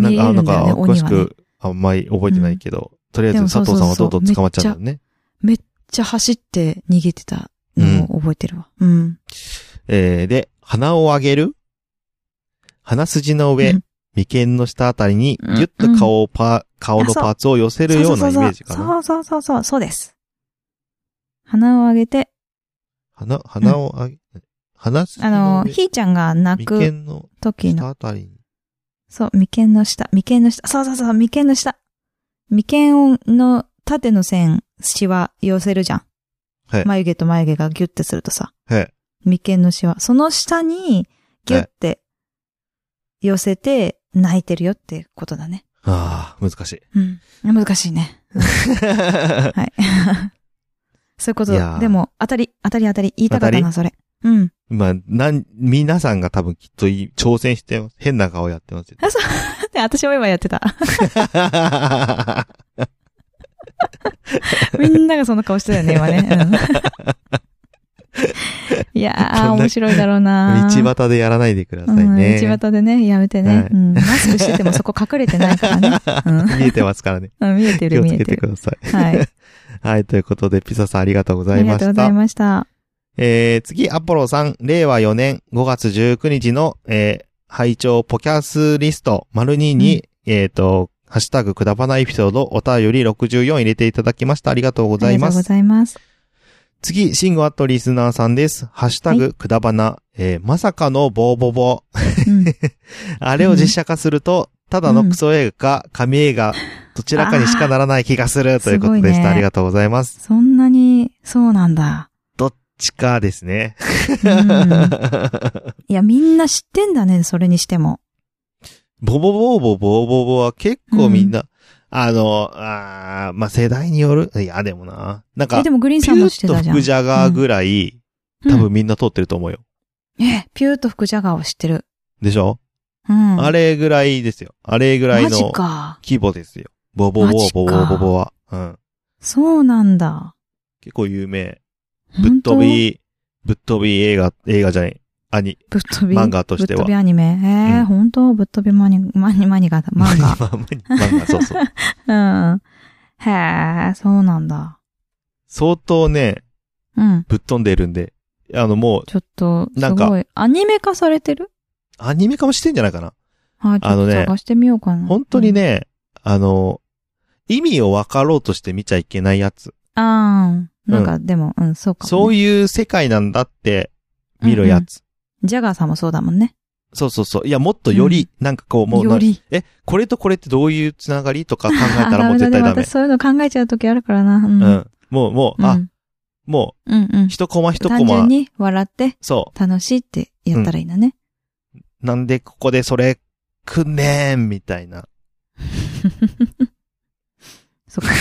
[SPEAKER 2] なん
[SPEAKER 1] ん
[SPEAKER 2] ていうか。見えるんだよね、
[SPEAKER 1] あのなんか、詳
[SPEAKER 2] 鬼
[SPEAKER 1] し
[SPEAKER 2] はね。めっ
[SPEAKER 1] く、あんまり覚えてないけど、とりあえず
[SPEAKER 2] でも
[SPEAKER 1] 佐
[SPEAKER 2] そうそ
[SPEAKER 1] 藤
[SPEAKER 2] う
[SPEAKER 1] さ
[SPEAKER 2] そ
[SPEAKER 1] ん
[SPEAKER 2] う
[SPEAKER 1] はどんどん捕まっちゃうんだよね。
[SPEAKER 2] ちゃ走って逃げてたのを覚えてるわ。うん。
[SPEAKER 1] えー、で、鼻を上げる鼻筋の上、
[SPEAKER 2] うん
[SPEAKER 1] 眉間の下あたりに、ぎゅっと顔をパー、顔のパーツを寄せるようなイメージかな。
[SPEAKER 2] そうそうそうそうそうそうそう、そうです。鼻を上げて、
[SPEAKER 1] 鼻、鼻を上げ、鼻筋
[SPEAKER 2] あ
[SPEAKER 1] の
[SPEAKER 2] の、
[SPEAKER 1] 上、
[SPEAKER 2] ひーちゃんが泣
[SPEAKER 1] 眉
[SPEAKER 2] く
[SPEAKER 1] 間の
[SPEAKER 2] 時の
[SPEAKER 1] 下あたりに。
[SPEAKER 2] そう、眉間の下、眉間の下、そうそうそう、眉間の下。眉間の縦の線、シワ寄せるじゃん。
[SPEAKER 1] はい
[SPEAKER 2] 眉毛と眉毛がギュッてするとさ、
[SPEAKER 1] はい。
[SPEAKER 2] 眉間のシワ。その下に、ギュッて、寄せて、泣いてるよってことだね。
[SPEAKER 1] ああ、難しい。
[SPEAKER 2] うん。難しいね。はい。そういうこと
[SPEAKER 1] いやー
[SPEAKER 2] でも、当たり、当たり当たり、言いたかったな、それ。うん。
[SPEAKER 1] (laughs)
[SPEAKER 2] (laughs)
[SPEAKER 1] まあ、なん、皆さんが多分きっといい挑戦してます。変な顔やって
[SPEAKER 2] (laughs)
[SPEAKER 1] ますよ。
[SPEAKER 2] で、私も今やってた。 (laughs) みんながその顔してたよね、今
[SPEAKER 1] (laughs)
[SPEAKER 2] ね。うんいやー、面白いだろうな
[SPEAKER 1] 道端でやらないでくださいね。
[SPEAKER 2] うん、道端でね、やめてね、
[SPEAKER 1] はい
[SPEAKER 2] うん。マスクしててもそこ隠れてないから
[SPEAKER 1] (laughs)
[SPEAKER 2] ね。端
[SPEAKER 1] 見えてますからね。
[SPEAKER 2] うん、見えて
[SPEAKER 1] 気
[SPEAKER 2] る、
[SPEAKER 1] を
[SPEAKER 2] 見
[SPEAKER 1] つ
[SPEAKER 2] え
[SPEAKER 1] け
[SPEAKER 2] て
[SPEAKER 1] てくだ
[SPEAKER 2] る。
[SPEAKER 1] さい。
[SPEAKER 2] はい。
[SPEAKER 1] はい、ということで、ピザさんありがとうご
[SPEAKER 2] あ
[SPEAKER 1] ざい
[SPEAKER 2] り
[SPEAKER 1] ま
[SPEAKER 2] がとう
[SPEAKER 1] し
[SPEAKER 2] ござ
[SPEAKER 1] た
[SPEAKER 2] い。ました。
[SPEAKER 1] えー、次、アポロさん、令和4年5月19日の、えー、拝聴ポキャスリスト02に、えっ、と、ハッシュタグくだばなエピソード、お便り64入れていただきました。ありがとうござ
[SPEAKER 2] あ
[SPEAKER 1] い
[SPEAKER 2] りが
[SPEAKER 1] ま
[SPEAKER 2] とうご
[SPEAKER 1] す。
[SPEAKER 2] ざいます。
[SPEAKER 1] 次、シンゴアットリスナーさんです。ハッシュタグ、くだばな、えー、まさかのボーボ
[SPEAKER 2] (laughs)
[SPEAKER 1] ボ。 (laughs)
[SPEAKER 2] うん、
[SPEAKER 1] あれを実写化すると、ただのクソ映画か、神映画、どちらかにしかならない気がするということでし
[SPEAKER 2] すごい
[SPEAKER 1] た。あ
[SPEAKER 2] ね
[SPEAKER 1] りがとうございます。
[SPEAKER 2] そんなに、そうなんだ。
[SPEAKER 1] どっちかですね。 (laughs)
[SPEAKER 2] うん、いや、みんな知ってんだね、それにしても。
[SPEAKER 1] ボボボーボボーボーボーは結構みんな、あの、あーまあ、世代による、いや、でもな。なんか、
[SPEAKER 2] え、
[SPEAKER 1] ピ
[SPEAKER 2] でもグリーンさん
[SPEAKER 1] ュ
[SPEAKER 2] も知って
[SPEAKER 1] ッと
[SPEAKER 2] たじゃん。
[SPEAKER 1] 福ジャガーぐらい、
[SPEAKER 2] うん
[SPEAKER 1] 多分みんな通ってると思うよ。
[SPEAKER 2] え、ピューと福ジャガーを知ってる。
[SPEAKER 1] でしょ、
[SPEAKER 2] うん。
[SPEAKER 1] あれぐらいですよ。あれぐらい
[SPEAKER 2] マジ
[SPEAKER 1] の
[SPEAKER 2] か。
[SPEAKER 1] 規模ですよ。ボボボーボーボーボーボーは。うん。
[SPEAKER 2] そうなんだ。
[SPEAKER 1] 結構有名。ぶっ
[SPEAKER 2] 本当
[SPEAKER 1] 飛。び、ぶっ飛び映画、映画じゃない。アニ、
[SPEAKER 2] ぶっ飛び。
[SPEAKER 1] 漫画としては
[SPEAKER 2] ぶっ飛びアニメ。えー
[SPEAKER 1] うん
[SPEAKER 2] 本当ぶっ飛びマニ、 (laughs) マニ、マニガだ。漫画。
[SPEAKER 1] 漫画。 (laughs) 漫画、そうそう。
[SPEAKER 2] うん。へえ、そうなんだ。
[SPEAKER 1] 相当ね、
[SPEAKER 2] うん。
[SPEAKER 1] ぶっ飛んでるんで、あの、もう、
[SPEAKER 2] ちょっと、
[SPEAKER 1] な
[SPEAKER 2] す
[SPEAKER 1] んか
[SPEAKER 2] ごい。アニメ化されてる
[SPEAKER 1] アニメ化もしてんじゃないかな。
[SPEAKER 2] はい、ちょ
[SPEAKER 1] あ
[SPEAKER 2] っ
[SPEAKER 1] の
[SPEAKER 2] と
[SPEAKER 1] ね
[SPEAKER 2] 探してみようかな。
[SPEAKER 1] 本当にね、あの、意味を分かろうとして見ちゃいけないやつ。
[SPEAKER 2] うん。ああ、なんか、でも、うん、そうかもね。
[SPEAKER 1] そういう世界なんだって見るやつ。
[SPEAKER 2] ジャガーさんもそうだもんね。
[SPEAKER 1] そうそうそう。いや、もっとより、なんかこう、もうな
[SPEAKER 2] より。
[SPEAKER 1] え、これとこれってどういうつながりとか考え
[SPEAKER 2] あ、
[SPEAKER 1] たらもう絶対ダメ
[SPEAKER 2] 私。そういうの考えちゃうときあるからな。うん。
[SPEAKER 1] うん。もう、もう、
[SPEAKER 2] う
[SPEAKER 1] あ、
[SPEAKER 2] ん
[SPEAKER 1] も
[SPEAKER 2] うんう
[SPEAKER 1] う、
[SPEAKER 2] ん。
[SPEAKER 1] 一コマ一コ
[SPEAKER 2] 単純
[SPEAKER 1] マ、
[SPEAKER 2] に笑って
[SPEAKER 1] そ
[SPEAKER 2] 楽しいってやったらいいんだね。
[SPEAKER 1] う。なんでここでそれ、くんねーん、みたいな。
[SPEAKER 2] そっか。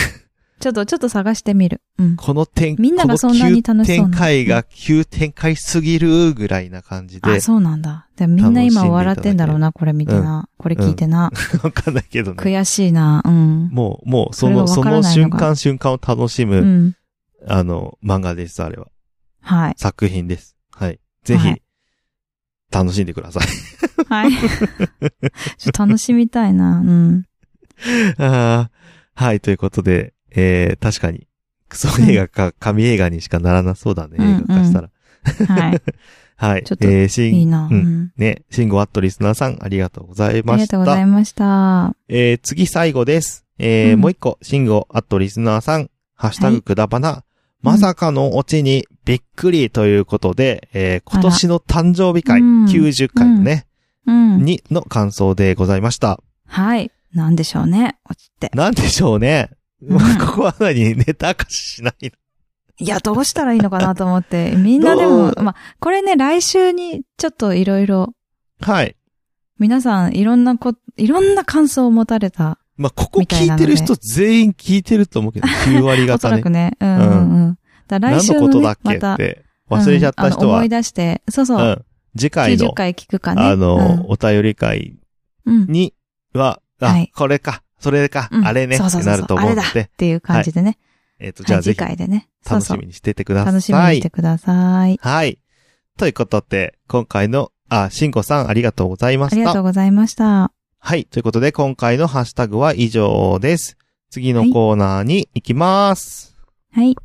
[SPEAKER 2] ちょっと、ちょっと探してみる。うん。
[SPEAKER 1] この展、
[SPEAKER 2] みんながそんなに楽しそう
[SPEAKER 1] こ
[SPEAKER 2] な
[SPEAKER 1] の急展開が急展開すぎるぐらいな感じで
[SPEAKER 2] あ、。そうなんだ。でもみんな今笑ってんだろうな、これ見て
[SPEAKER 1] う
[SPEAKER 2] な。これ聞いてな。
[SPEAKER 1] (laughs) わかんないけどね。
[SPEAKER 2] 悔しいな。うん。
[SPEAKER 1] もう、もう、そ
[SPEAKER 2] それ
[SPEAKER 1] の、
[SPEAKER 2] がわ
[SPEAKER 1] そ
[SPEAKER 2] から
[SPEAKER 1] の
[SPEAKER 2] ないの
[SPEAKER 1] 瞬
[SPEAKER 2] が
[SPEAKER 1] 間瞬間を楽しむ、
[SPEAKER 2] うん。
[SPEAKER 1] あの、漫画です、あれは。
[SPEAKER 2] はい。
[SPEAKER 1] 作品です。はい。ぜひ、
[SPEAKER 2] はい
[SPEAKER 1] 楽しんでください。 (laughs)
[SPEAKER 2] はい。 (laughs) ちょっと楽しみたいな。うん。
[SPEAKER 1] あーはい、ということで、えー、確かに。クソ映画か、神映画にしかならなそうだね、映画化したら。
[SPEAKER 2] はい。
[SPEAKER 1] (laughs) はい。
[SPEAKER 2] ちょっと
[SPEAKER 1] えー、 (laughs) しん
[SPEAKER 2] いいな。
[SPEAKER 1] う。
[SPEAKER 2] うんん。
[SPEAKER 1] ね、シンゴワットリスナーさん、ありがとうござい
[SPEAKER 2] あ
[SPEAKER 1] ま
[SPEAKER 2] りが
[SPEAKER 1] し
[SPEAKER 2] とうご
[SPEAKER 1] た
[SPEAKER 2] ざい。ました。
[SPEAKER 1] えー、次最後です。えー
[SPEAKER 2] うん
[SPEAKER 1] もう一個、シンゴアットリスナーさん、ハッシュタ
[SPEAKER 2] は
[SPEAKER 1] グ
[SPEAKER 2] い
[SPEAKER 1] くだばな、まさかのオチにびっくりということで、えー今年の誕生日会、
[SPEAKER 2] うん
[SPEAKER 1] 90回のね、
[SPEAKER 2] うん。
[SPEAKER 1] に、の感想でございました。
[SPEAKER 2] はい。なんでしょうね。落ちて。
[SPEAKER 1] なんでしょうね。
[SPEAKER 2] うん
[SPEAKER 1] まあ (laughs) ここは何ネタ明かししない
[SPEAKER 2] いや、どうしたらいいのかなと思
[SPEAKER 1] (laughs)
[SPEAKER 2] って。みんなでも、まあ、これね、来週にちょっといろいろ、
[SPEAKER 1] の。はい。
[SPEAKER 2] 皆さんいろんなこ、いろんな感想を持たれた。
[SPEAKER 1] まあ、ここ聞いてる人全員聞いてると思うけど、9割
[SPEAKER 2] おそ
[SPEAKER 1] 方
[SPEAKER 2] ら
[SPEAKER 1] ね
[SPEAKER 2] く。ね。うんうんうん。だから来
[SPEAKER 1] 何
[SPEAKER 2] 週
[SPEAKER 1] の
[SPEAKER 2] の
[SPEAKER 1] こと
[SPEAKER 2] ね、
[SPEAKER 1] だっけ
[SPEAKER 2] また
[SPEAKER 1] っ。て、忘れちゃった
[SPEAKER 2] う
[SPEAKER 1] 人
[SPEAKER 2] んあの
[SPEAKER 1] は、
[SPEAKER 2] 思
[SPEAKER 1] う
[SPEAKER 2] い
[SPEAKER 1] ん、
[SPEAKER 2] 出して、そうそう。
[SPEAKER 1] 次回
[SPEAKER 2] 90
[SPEAKER 1] の、
[SPEAKER 2] 回聞くかね。
[SPEAKER 1] あの、お便り会
[SPEAKER 2] うん、うん。っ
[SPEAKER 1] には、あ、
[SPEAKER 2] はい
[SPEAKER 1] これか、それか、
[SPEAKER 2] うん
[SPEAKER 1] あれね、
[SPEAKER 2] そうそ
[SPEAKER 1] っ
[SPEAKER 2] う
[SPEAKER 1] て
[SPEAKER 2] そうそ
[SPEAKER 1] なる
[SPEAKER 2] う
[SPEAKER 1] と思うの
[SPEAKER 2] あ
[SPEAKER 1] で、
[SPEAKER 2] ていう感じでね。
[SPEAKER 1] えっ、と、じゃ
[SPEAKER 2] は
[SPEAKER 1] あ
[SPEAKER 2] い、
[SPEAKER 1] ぜひ、
[SPEAKER 2] 次回でね。そう
[SPEAKER 1] 楽し
[SPEAKER 2] そう。
[SPEAKER 1] みにしててください。
[SPEAKER 2] 楽しみにしてください。
[SPEAKER 1] はい。ということで、今回の、あ、しんこさん、ありがとうございま
[SPEAKER 2] あり
[SPEAKER 1] し
[SPEAKER 2] がと
[SPEAKER 1] た。
[SPEAKER 2] うございました。
[SPEAKER 1] はい。ということで、今回のハッシュタグは以上です。次の
[SPEAKER 2] はい
[SPEAKER 1] コーナーに行きます。
[SPEAKER 2] はい。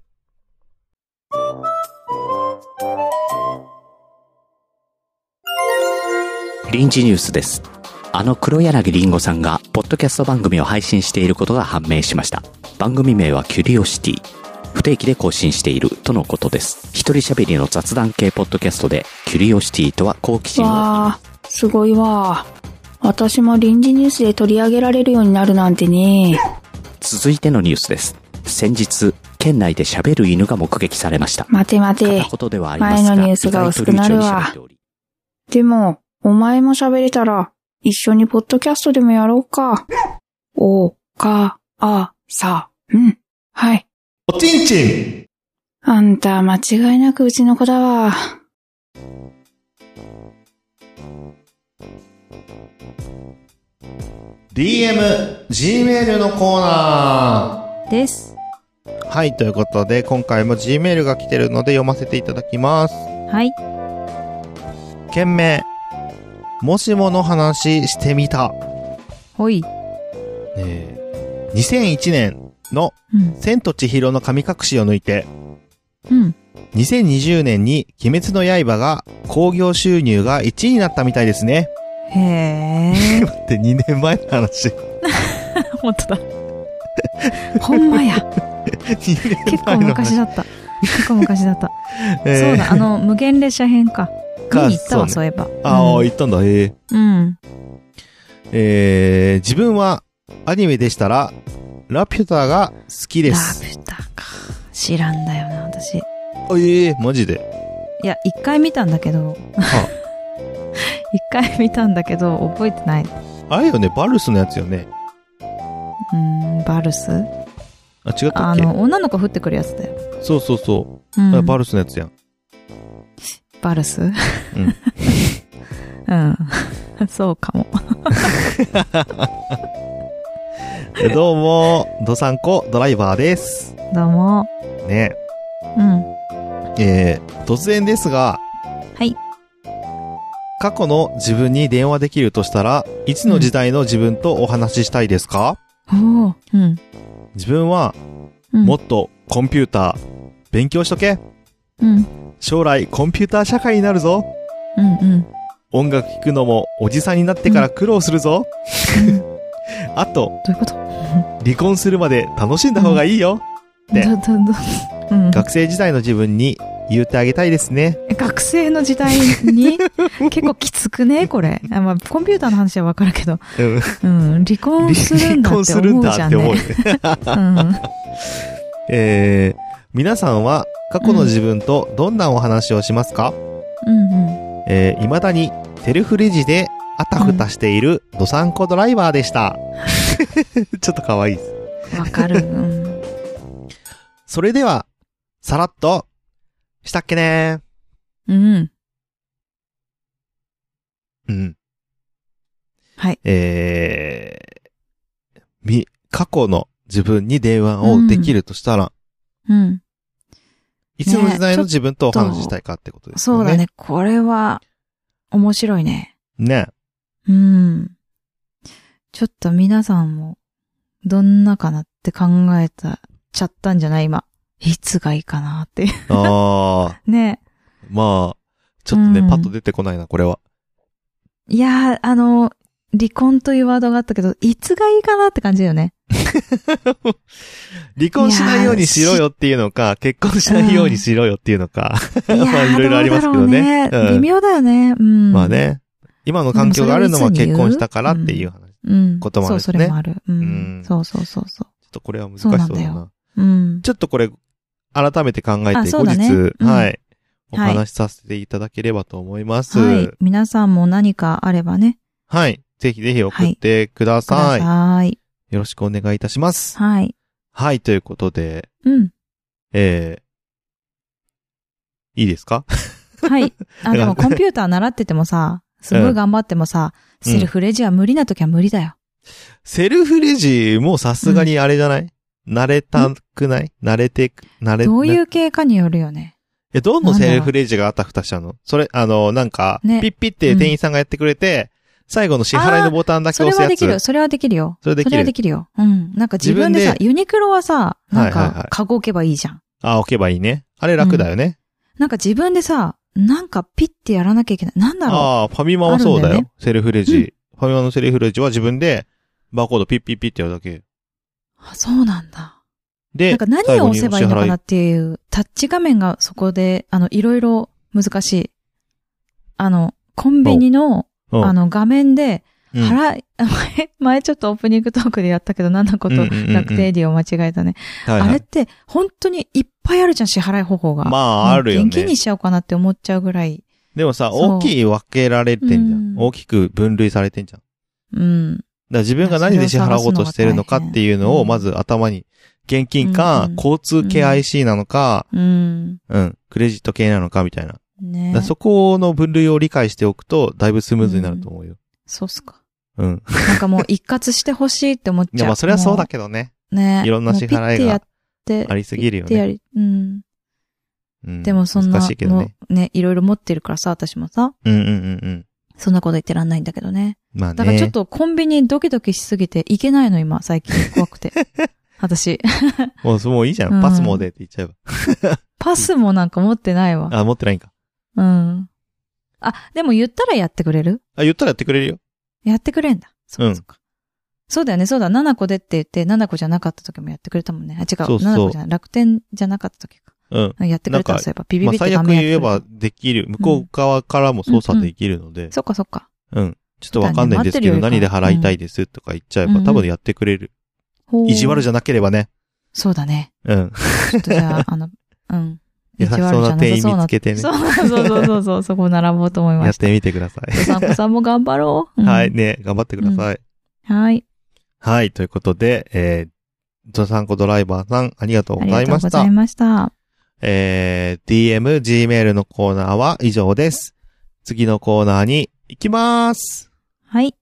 [SPEAKER 3] 臨時ニュースです。あの黒柳りんごさんが、ポッドキャスト番組を配信していることが判明しました。番組名はキュリオシティ。不定期で更新しているとのことです。一人喋りの雑談系ポッドキャストで、キュリオシティとは好奇心を
[SPEAKER 4] わあ、すごいわ。私も臨時ニュースで取り上げられるようになるなんてね。
[SPEAKER 3] 続いてのニュースです。先日、県内で喋る犬が目撃されました。
[SPEAKER 4] 待て待て
[SPEAKER 3] 片。言ではありますが、
[SPEAKER 4] 前のニュースが薄くなるわ
[SPEAKER 3] 意外と流暢に喋っており
[SPEAKER 4] でも、お前も喋れたら、一緒にポッドキャストでもやろうか。お、か、あ、さ、うん。はい。
[SPEAKER 1] おちんちん
[SPEAKER 4] あんた、間違いなくうちの子だわ。
[SPEAKER 1] !DM、Gmail のコーナ
[SPEAKER 2] です。
[SPEAKER 1] ーはい。ということで、今回も Gmail が来てるので読ませていただきます。
[SPEAKER 2] はい。
[SPEAKER 1] 件名。もしもの話してみた。
[SPEAKER 2] ほい。
[SPEAKER 1] えー2001年の
[SPEAKER 2] うん。
[SPEAKER 1] 千と千尋の神隠しを抜いて、
[SPEAKER 2] うん。
[SPEAKER 1] 2020年に鬼滅の刃が興行収入が1位になったみたいですね。 (laughs)
[SPEAKER 2] へえ。
[SPEAKER 1] 待って、2年前の話。 (laughs)
[SPEAKER 2] 本当だ。 (laughs) ほんまや。
[SPEAKER 1] 2
[SPEAKER 2] (laughs) 結
[SPEAKER 1] 年
[SPEAKER 2] 構
[SPEAKER 1] 前の
[SPEAKER 2] 昔
[SPEAKER 1] 話。
[SPEAKER 2] だった。結構
[SPEAKER 1] (laughs)
[SPEAKER 2] 昔だった。
[SPEAKER 1] えー
[SPEAKER 2] そうだ、あの、無限列車編か。見
[SPEAKER 1] か
[SPEAKER 2] に行ったわ、
[SPEAKER 1] そうね
[SPEAKER 2] そういえば。
[SPEAKER 1] ああ、
[SPEAKER 2] うん
[SPEAKER 1] 言ったんだ。えー
[SPEAKER 2] うん。
[SPEAKER 1] えー自分はアニメでしたら、ラピュタが好きで
[SPEAKER 2] ラ
[SPEAKER 1] す。
[SPEAKER 2] ピュタか。知らんだよな、私。い
[SPEAKER 1] あええマジで。
[SPEAKER 2] や、一回見たんだけど、
[SPEAKER 1] あ、
[SPEAKER 2] (laughs) 一回見たんだけど、覚えてない。
[SPEAKER 1] あれよね、バルスのやつよね。
[SPEAKER 2] うん、バルス
[SPEAKER 1] あ、違った
[SPEAKER 2] あ
[SPEAKER 1] っけ
[SPEAKER 2] の、女の子降ってくるやつだよ。
[SPEAKER 1] そうそうそうう。
[SPEAKER 2] ん。
[SPEAKER 1] バルスのやつやん。
[SPEAKER 2] バルスうん。 (laughs) うん。 (laughs) そうかも。
[SPEAKER 1] えどうも、ドサンコドライバーです。
[SPEAKER 2] どうも。
[SPEAKER 1] ね
[SPEAKER 2] うん。
[SPEAKER 1] えー、突然ですが、
[SPEAKER 2] はい。
[SPEAKER 1] 過去の自分に電話できるとしたら、いつの時代の自分とお話ししたいですか、
[SPEAKER 2] おお。うん。
[SPEAKER 1] 自分は、
[SPEAKER 2] うん
[SPEAKER 1] もっとコンピューター、勉強しとけ。
[SPEAKER 2] うん。
[SPEAKER 1] 将来コンピューター社会になるぞ。
[SPEAKER 2] うんうん。
[SPEAKER 1] 音楽聴くのもおじさんになってから苦労するぞ。 (laughs) あと、
[SPEAKER 2] どういうこと
[SPEAKER 1] 離婚するまで楽しんだ方がいいよ。で
[SPEAKER 2] ど、ど、ど、うん。
[SPEAKER 1] 学生時代の自分に言ってあげたいですね。
[SPEAKER 2] 学生の時代
[SPEAKER 1] (laughs)
[SPEAKER 2] に結構きつくねこれ。あまあ、コンピューターの話はわかるけど。
[SPEAKER 1] うん
[SPEAKER 2] うん。離婚するんだって思うじゃんね。
[SPEAKER 1] 離婚するんだって思うよね。 (laughs) えー、皆さんは過去の自分とどんなお話をしますか、
[SPEAKER 2] うん。うん
[SPEAKER 1] えー、未だにセルフレジであたふたしているドサンコドライバーでした。 (laughs) ちょっと可愛いです。
[SPEAKER 2] うん。わかる。うん。
[SPEAKER 1] それでは、さらっと、したっけね
[SPEAKER 2] うん。
[SPEAKER 1] うん。
[SPEAKER 2] はい。
[SPEAKER 1] えー、み、過去の自分に電話をできるとしたら、
[SPEAKER 2] うん。
[SPEAKER 1] いつの時代
[SPEAKER 2] ねちょっ
[SPEAKER 1] の
[SPEAKER 2] と
[SPEAKER 1] 自分とお話ししたいかってことです
[SPEAKER 2] そ
[SPEAKER 1] よ
[SPEAKER 2] う
[SPEAKER 1] ね。
[SPEAKER 2] だね。これは、面白いね。
[SPEAKER 1] ね。
[SPEAKER 2] うん。ちょっと皆さんも、どんなかなって考えたちゃったんじゃない今。いつがいいかなって (laughs) いう。
[SPEAKER 1] ああ、
[SPEAKER 2] ね。
[SPEAKER 1] まあ、ちょっとね、
[SPEAKER 2] うん
[SPEAKER 1] パッと出てこないな、これは。 (laughs)
[SPEAKER 2] いやー、あの、離婚というワードがあったけど、いつがいいかなって感じだよね。
[SPEAKER 1] 離婚しないようにしろよっていうのか、結婚しないようにしろよっていうのか。
[SPEAKER 2] いや
[SPEAKER 1] (laughs)
[SPEAKER 2] ー、
[SPEAKER 1] まあいろいろありますけど
[SPEAKER 2] うだ
[SPEAKER 1] ね
[SPEAKER 2] ろう
[SPEAKER 1] うん
[SPEAKER 2] 微妙だよね。うん。
[SPEAKER 1] まあ。ね、今の環境があるのは結婚したからっていう話。ち
[SPEAKER 2] うん。
[SPEAKER 1] こともあるしね
[SPEAKER 2] そう、それもある。う
[SPEAKER 1] うん
[SPEAKER 2] ん。そうそうそうそ
[SPEAKER 1] ょっとこれは難しそ
[SPEAKER 2] そうう
[SPEAKER 1] だ
[SPEAKER 2] な
[SPEAKER 1] なん
[SPEAKER 2] だよ。うん。
[SPEAKER 1] ちょっとこれ、改めて考え
[SPEAKER 2] あ
[SPEAKER 1] て、
[SPEAKER 2] そ
[SPEAKER 1] 後
[SPEAKER 2] うだ
[SPEAKER 1] 日、
[SPEAKER 2] ねうん
[SPEAKER 1] はい。お
[SPEAKER 2] はい
[SPEAKER 1] 話しさせていただければと思います。は
[SPEAKER 2] はい
[SPEAKER 1] い。。
[SPEAKER 2] 皆さんも何かあればね、
[SPEAKER 1] ぜひぜひ送ってくだ
[SPEAKER 2] くだ
[SPEAKER 1] さい。
[SPEAKER 2] さい。
[SPEAKER 1] よろしくお願いいたします。
[SPEAKER 2] はい。
[SPEAKER 1] はい、ということで、
[SPEAKER 2] うん。
[SPEAKER 1] えー、いいですか (laughs)
[SPEAKER 2] はい。あ、でもコンピューター習っててもさ、すごい頑張ってもさ、
[SPEAKER 1] うん
[SPEAKER 2] セルフレジは無理な時は無理だよ。
[SPEAKER 1] セルフレジ、もうさすがにあれじゃない、慣れたくない慣れてく、慣れ
[SPEAKER 2] どうい
[SPEAKER 1] な
[SPEAKER 2] う系かによるよね。
[SPEAKER 1] え、どの
[SPEAKER 2] なんだろう
[SPEAKER 1] セルフレジがあたふたしたのそれ、あの、なんか、
[SPEAKER 2] ね
[SPEAKER 1] ピッピって店員さんがやってくれて、最後の支払いのボタンだけ
[SPEAKER 2] そ
[SPEAKER 1] 押
[SPEAKER 2] れ
[SPEAKER 1] す
[SPEAKER 2] は
[SPEAKER 1] や
[SPEAKER 2] で
[SPEAKER 1] つ。
[SPEAKER 2] きるよ。それはできるよ。
[SPEAKER 1] それできる
[SPEAKER 2] はできるよ。うん。なんか自分でさ
[SPEAKER 1] 自分、
[SPEAKER 2] ユニクロはさ、なん
[SPEAKER 1] はいはいはい
[SPEAKER 2] か、カゴ置けばいいじゃん。
[SPEAKER 1] あ、置けばいいね。あれ楽だよね。
[SPEAKER 2] なんか自分でさ、なんかピッてやらなきゃいけない。なんだろ
[SPEAKER 1] ああ、ファミマはそうだよ。
[SPEAKER 2] あるんだよ
[SPEAKER 1] セルフレジ、
[SPEAKER 2] うん
[SPEAKER 1] ファミマのセルフレジは自分で、バーコードピッピッピッってやるだけ。
[SPEAKER 2] う。あそうなんだ。
[SPEAKER 1] で、
[SPEAKER 2] なんか何を押せばいいのかな
[SPEAKER 1] っ
[SPEAKER 2] っていう、タッチ画面がそこで、あの、いろいろ難しい。あの、コンビニの、
[SPEAKER 1] て
[SPEAKER 2] あ、の、画面で、
[SPEAKER 1] うんうん
[SPEAKER 2] 払い、 (laughs) 前、前ちょっとオープニングトークでやったけど、なんだこ
[SPEAKER 1] うん
[SPEAKER 2] と、
[SPEAKER 1] うんうんうん
[SPEAKER 2] 楽天エディを間違えたね。
[SPEAKER 1] はいはい
[SPEAKER 2] あれって、本当にいっぱいあるじゃん、支払い方法が。
[SPEAKER 1] まあ、あるよ
[SPEAKER 2] 現金
[SPEAKER 1] ね
[SPEAKER 2] に。しちゃおうかなって思っちゃうぐらい。
[SPEAKER 1] でもさ、
[SPEAKER 2] そう
[SPEAKER 1] 大きい分けられてんじゃん
[SPEAKER 2] う。ん
[SPEAKER 1] 大きく分類されてんじゃん。だか
[SPEAKER 2] うん。
[SPEAKER 1] ら自分が何で支払おうとしてるのかっていうのを、
[SPEAKER 2] それ
[SPEAKER 1] ま
[SPEAKER 2] を探す
[SPEAKER 1] ず頭に、現金か、
[SPEAKER 2] うんうん
[SPEAKER 1] 交通系 IC なのか、
[SPEAKER 2] うん。
[SPEAKER 1] うん、クレジット系なのかみたいな。だか
[SPEAKER 2] ね
[SPEAKER 1] らそこの分類を理解しておくと、だいぶスムーズになると思うよ。
[SPEAKER 2] そうっすか。
[SPEAKER 1] うん。
[SPEAKER 2] なんかもう一括してほしいって思っ
[SPEAKER 1] い
[SPEAKER 2] ち
[SPEAKER 1] や、
[SPEAKER 2] ゃう。
[SPEAKER 1] まあ、それはそうだ
[SPEAKER 2] け
[SPEAKER 1] けどね。
[SPEAKER 2] ど。ね
[SPEAKER 1] いろんな支払いが
[SPEAKER 2] もうピッてやって
[SPEAKER 1] ありすぎるよね
[SPEAKER 2] ピッてやり、うん。
[SPEAKER 1] うん
[SPEAKER 2] でもそんな、
[SPEAKER 1] 難しいけど
[SPEAKER 2] も
[SPEAKER 1] ね。
[SPEAKER 2] うね、いろいろ持ってるからさ、私もさ、
[SPEAKER 1] うんうんうんうん。
[SPEAKER 2] そんなこと言ってらんないんだけどね。
[SPEAKER 1] まあね。
[SPEAKER 2] だからちょっとコンビニドキドキしすぎて行けないの今、
[SPEAKER 1] (laughs)
[SPEAKER 2] 最近。怖くて。私。 (laughs)
[SPEAKER 1] もう、そうもういいじゃん。
[SPEAKER 2] うん
[SPEAKER 1] パスモでって言っちゃえば。
[SPEAKER 2] パスもなんか持ってないわ。
[SPEAKER 1] あ、持ってないんか。
[SPEAKER 2] うん。あ、でも言ったらやってくれる
[SPEAKER 1] あ、言ったらやってくれるよ。
[SPEAKER 2] やってくれんだ。そっ
[SPEAKER 1] うん
[SPEAKER 2] かそっか。そうだよね、そうだ。7個でって言って、7個じゃなかった時もやってくれたもんね。あ、違う。
[SPEAKER 1] そうそう
[SPEAKER 2] 7個じゃない。楽天じゃなかった時か。
[SPEAKER 1] うん。
[SPEAKER 2] やってくれ
[SPEAKER 1] な
[SPEAKER 2] た
[SPEAKER 1] んか
[SPEAKER 2] そういえば、ビビ
[SPEAKER 1] まあ、
[SPEAKER 2] ビって
[SPEAKER 1] 最
[SPEAKER 2] 画
[SPEAKER 1] 悪
[SPEAKER 2] 面
[SPEAKER 1] 言
[SPEAKER 2] や
[SPEAKER 1] え
[SPEAKER 2] ってくれた
[SPEAKER 1] ばできる。向こう側からも操作できるので。
[SPEAKER 2] そっかそっか。
[SPEAKER 1] うん。ちょっとわかんないんですけど、
[SPEAKER 2] そうだ
[SPEAKER 1] 何
[SPEAKER 2] ね
[SPEAKER 1] で払いたいですとか言っちゃえば、
[SPEAKER 2] うん
[SPEAKER 1] 多分やってくれる。
[SPEAKER 2] ほー
[SPEAKER 1] 意地悪じゃなければね。
[SPEAKER 2] そうだね。 (laughs)
[SPEAKER 1] うん。
[SPEAKER 2] ちょっとじ
[SPEAKER 1] (laughs)
[SPEAKER 2] ゃあ、あの、うん。
[SPEAKER 1] 優しそうな店員見つけてね。
[SPEAKER 2] そうそうそうそうそう、そこ並ぼうと思い
[SPEAKER 1] や
[SPEAKER 2] ま
[SPEAKER 1] っ
[SPEAKER 2] した。
[SPEAKER 1] てみてくださ
[SPEAKER 2] お
[SPEAKER 1] い。
[SPEAKER 2] 散歩さんも頑張ろう。うん
[SPEAKER 1] はい。。ね、頑張ってください。
[SPEAKER 2] はい。
[SPEAKER 1] はい。ということで、えー、ゾサンコドライバーさん、ありがとう
[SPEAKER 2] あ
[SPEAKER 1] ご
[SPEAKER 2] り
[SPEAKER 1] ざ
[SPEAKER 2] が
[SPEAKER 1] いま
[SPEAKER 2] とうご
[SPEAKER 1] し
[SPEAKER 2] ざ
[SPEAKER 1] た
[SPEAKER 2] い。ました。
[SPEAKER 1] えー、DM、Gmail のコーナーは以上です。次のコーナーに行きまーす。
[SPEAKER 2] はい。